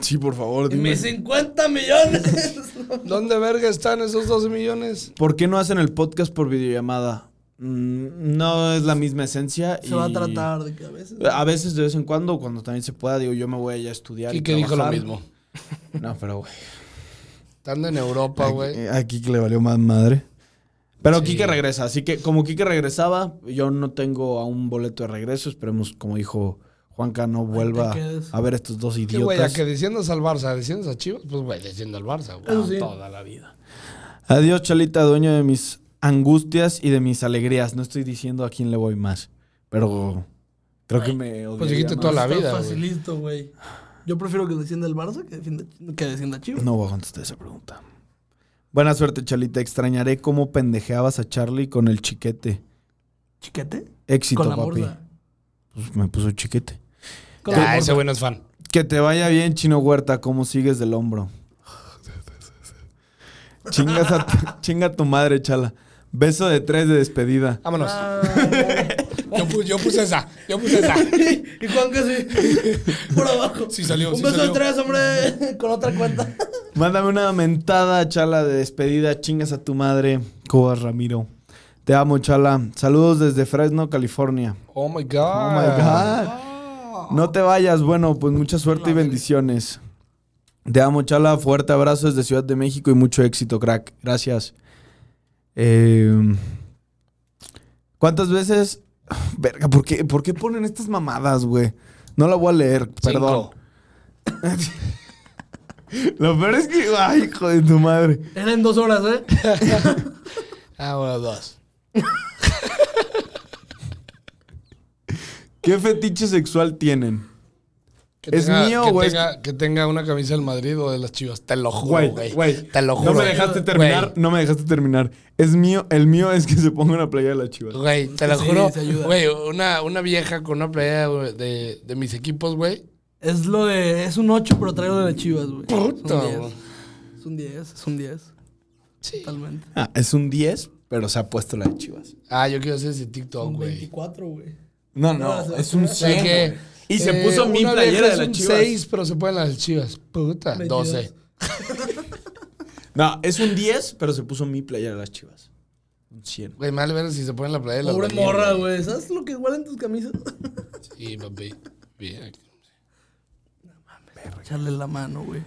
A: Sí, por favor, dime.
C: Pues,
B: Mis 50 millones.
C: ¿Dónde verga están esos 12 millones?
A: ¿Por qué no hacen el podcast por videollamada? Mm, No es la misma esencia.
B: Se va a
A: y
B: tratar de que a veces.
C: Ah,
A: A veces, de vez en cuando, cuando también se pueda, digo, yo me voy allá a estudiar.
C: Y
A: y
C: que dijo lo
A: trabajar.
C: mismo.
A: No, pero güey.
C: Estando en Europa, güey.
A: Eh, A Kike le valió más madre. Pero
C: Sí.
A: Kike regresa, así que como Kike regresaba, yo no tengo aún boleto de regreso. Esperemos, como dijo Juanca no vuelva
B: quedes.
A: a ver a estos dos
C: Que, güey, a
A: idiotas.
C: que desciendas al Barça, desciendas a Chivas, pues, güey, descienda al Barça, güey.
B: Eso sí.
C: Toda la vida.
A: Adiós, Chalita, dueño de mis angustias y de mis alegrías. No estoy diciendo a quién le voy más, pero creo que me odiaría
C: Pues dijiste
A: más.
C: toda la
B: Está
C: vida, güey.
B: facilito, güey. Yo prefiero que descienda el Barça que, defienda- que descienda Chivas.
A: No voy a contestar esa pregunta. Buena suerte, Chalita. Extrañaré cómo pendejeabas a Charlie con el chiquete.
B: ¿Chiquete?
A: Éxito,
B: Con la
A: papi.
B: morsa.
A: Pues me puso chiquete.
B: Con la
C: ah, ese
B: morsa.
C: güey no es fan.
A: Que te vaya bien, Chino Huerta, cómo sigues del hombro. Chingas a tu- chinga a tu madre, chala. Beso de tres de despedida.
C: Vámonos.
B: Ah,
C: Yo, pu- yo puse esa. Yo puse esa.
B: y Juan casi por abajo.
C: Sí salió,
B: Un
C: sí
B: beso
C: salió.
B: de tres, hombre, con otra cuenta.
A: Mándame una mentada, chala, de despedida. Chingas a tu madre, Cobas Ramiro. Te amo, chala. Saludos desde Fresno, California.
C: Oh my God.
A: Oh my God.
B: Ah.
A: No te vayas, bueno, pues mucha suerte y bendiciones. Te amo, Chala. Fuerte abrazo desde Ciudad de México y mucho éxito, crack. Gracias. Eh, ¿Cuántas veces? Verga, ¿por qué, por qué ponen estas mamadas, güey? No la voy a leer, perdón.
C: Cinco.
A: Lo peor es que, ay, hijo de tu madre.
B: Era en dos horas, ¿eh?
C: Ah, bueno, dos.
A: ¿Qué fetiche sexual tienen?
C: Que
A: ¿Es mío
C: que
A: o es-
C: tenga, Que tenga una camisa del Madrid o de las Chivas. Te lo juro,
A: Güey,
C: güey.
A: güey.
C: Te lo juro.
A: No me dejaste terminar,
C: Güey.
A: no me dejaste terminar. Es mío, el mío es que se ponga una playa de la chivas.
C: Güey, te lo
B: Sí,
C: juro.
B: se ayuda.
C: Güey, una, una vieja con una playa güey, de, de mis equipos, güey.
B: Es lo de. Es un 8, pero traigo de Chivas, güey.
C: Puta,
B: Es un
C: güey.
B: 10. Es un 10, es un 10.
C: Sí.
B: Totalmente.
A: Ah, es un 10, pero se ha puesto la de chivas.
C: Ah, yo quiero hacer ese TikTok,
B: Un
C: güey.
B: 24, güey.
D: No,
B: No,
D: no,
B: se-
D: es un
C: O sea
D: 100.
C: que,
D: güey. Y se
C: eh,
D: puso mi
C: una
D: playera
C: vieja
D: de
C: es
D: las
C: un
D: chivas.
C: seis, pero se ponen las chivas. Puta,
B: 22.
C: 12.
A: No, es un 10, pero se puso mi playera de las chivas. Un 100.
C: Güey, mal ver si se ponen la playa de las
B: Pobre
C: Bolivia,
B: morra, güey. ¿Sabes lo que huelen tus camisas?
C: Sí, papi. Bien.
B: Echarle la mano, güey.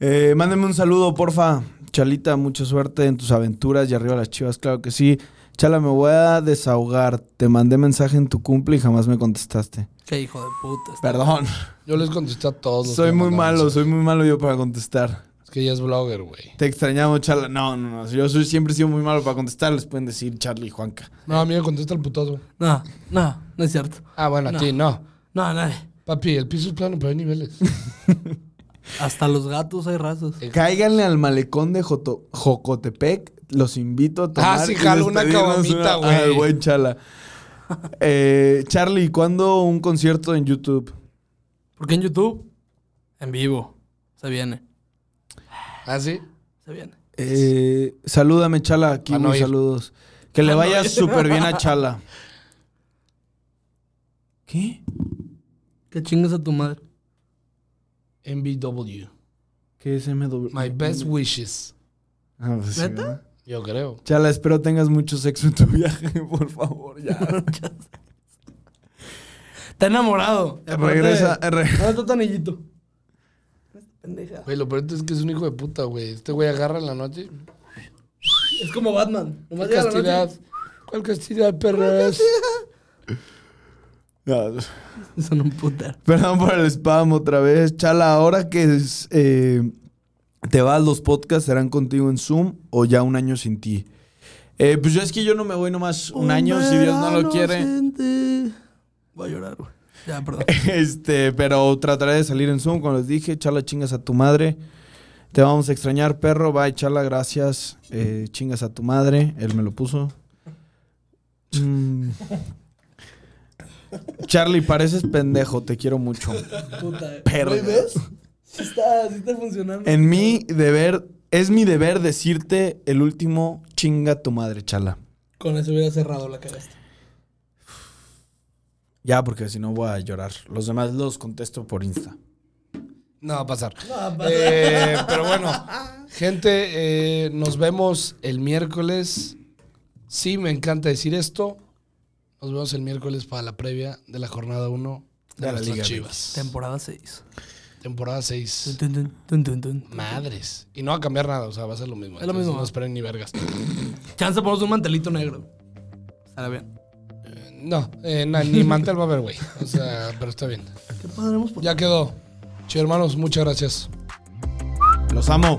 A: Eh, mándeme un saludo, porfa. Chalita, mucha suerte en tus aventuras y arriba las chivas, claro que sí. Chala, me voy a desahogar. Te mandé mensaje en tu cumple y jamás me contestaste.
B: Qué hijo de puta. está.
A: Perdón.
C: Yo les contesté a todos. los que
A: Soy
C: me
A: muy
C: mandaban
A: malo,
C: mensajes.
A: soy muy malo yo para contestar.
C: Es que ella es blogger, güey.
A: Te extrañamos, Chala. No, no, no. Yo soy, siempre he sido muy malo para contestar. Les pueden decir Charlie y Juanca.
C: No, a mí me contesta el putazo.
B: No, no, no es cierto.
C: Ah, bueno, a
B: No.
C: ti no.
B: No, eh. nadie.
C: Papi, el piso es plano, pero hay niveles.
B: Hasta los gatos hay razas.
A: Cáiganle al malecón de Joto- Jocotepec. Los invito a tomar.
C: Ah, sí,
A: y
C: jalo una
A: despedirnos
C: caguamita,
A: una- al
C: güey.
A: buen Chala. Eh, Charlie, ¿cuándo un concierto en YouTube?
B: Porque en YouTube, en vivo, se viene.
C: ¿Ah, sí?
B: Se viene.
A: Eh, salúdame, Chala. Aquí
C: Van a
A: mis
C: oír.
A: saludos. Que le vaya súper bien a Chala. ¿Qué?
B: Que chingas a tu madre.
C: MBW.
A: ¿Qué es MW?
C: My best wishes.
A: Ah, pues sí,
B: ¿Neta?
A: ¿verdad?
C: Yo creo.
A: Chala, espero tengas mucho sexo en tu viaje, por favor, ya.
B: Está enamorado. Y aparte,
A: Regresa, re-
B: No está tan hillito. Pendeja.
C: Güey, lo peor es que es un hijo de puta, güey. Este güey agarra en la noche.
B: Es como Batman. Nomás
C: ¿Cuál
B: llega la noche.
C: castidad? ¿Cuál castidad, perras?
A: No,
B: Son un puter.
A: Perdón por el spam otra vez. Chala, ahora que es, eh, te vas, los podcasts serán contigo en Zoom o ya un año sin ti. Eh, pues yo es que yo no me voy nomás un, año, si Dios no lo quiere.
B: Voy a llorar, güey. Ya, perdón.
A: Este, pero trataré de salir en Zoom, como les dije. Chala, chingas a tu madre. Te vamos a extrañar, perro. Bye, Chala, gracias. Eh, chingas a tu madre. Él me lo puso. Mm. Charlie, pareces pendejo. Te quiero mucho.
B: Puta.
A: Perra.
B: Güey, ¿Ves? Sí está, sí está funcionando.
A: eh. En mi deber, es mi deber decirte el último chinga tu madre, Chala.
B: Con eso hubiera cerrado la cagaste.
A: Ya, porque si no voy a llorar. Los demás los contesto por Insta.
C: No va a pasar.
B: va a
C: Eh, pero bueno, gente, eh, nos vemos el miércoles. Sí, me encanta decir esto. Nos vemos el miércoles para la previa de la jornada 1 de,
A: De la
C: las
A: Liga
C: Chivas.
B: Temporada 6.
C: Temporada 6. Madres. Y no va a cambiar nada, o sea, va a ser lo mismo.
B: Es lo mismo.
C: Entonces, No esperen ni vergas.
B: Chance ponemos un mantelito negro. Estará bien.
C: Eh, No, eh, na- ni mantel va a haber, güey. O sea, pero está bien.
B: ¿Qué pasaremos por
C: Ya quedó. Che, hermanos, muchas gracias.
A: Los amo.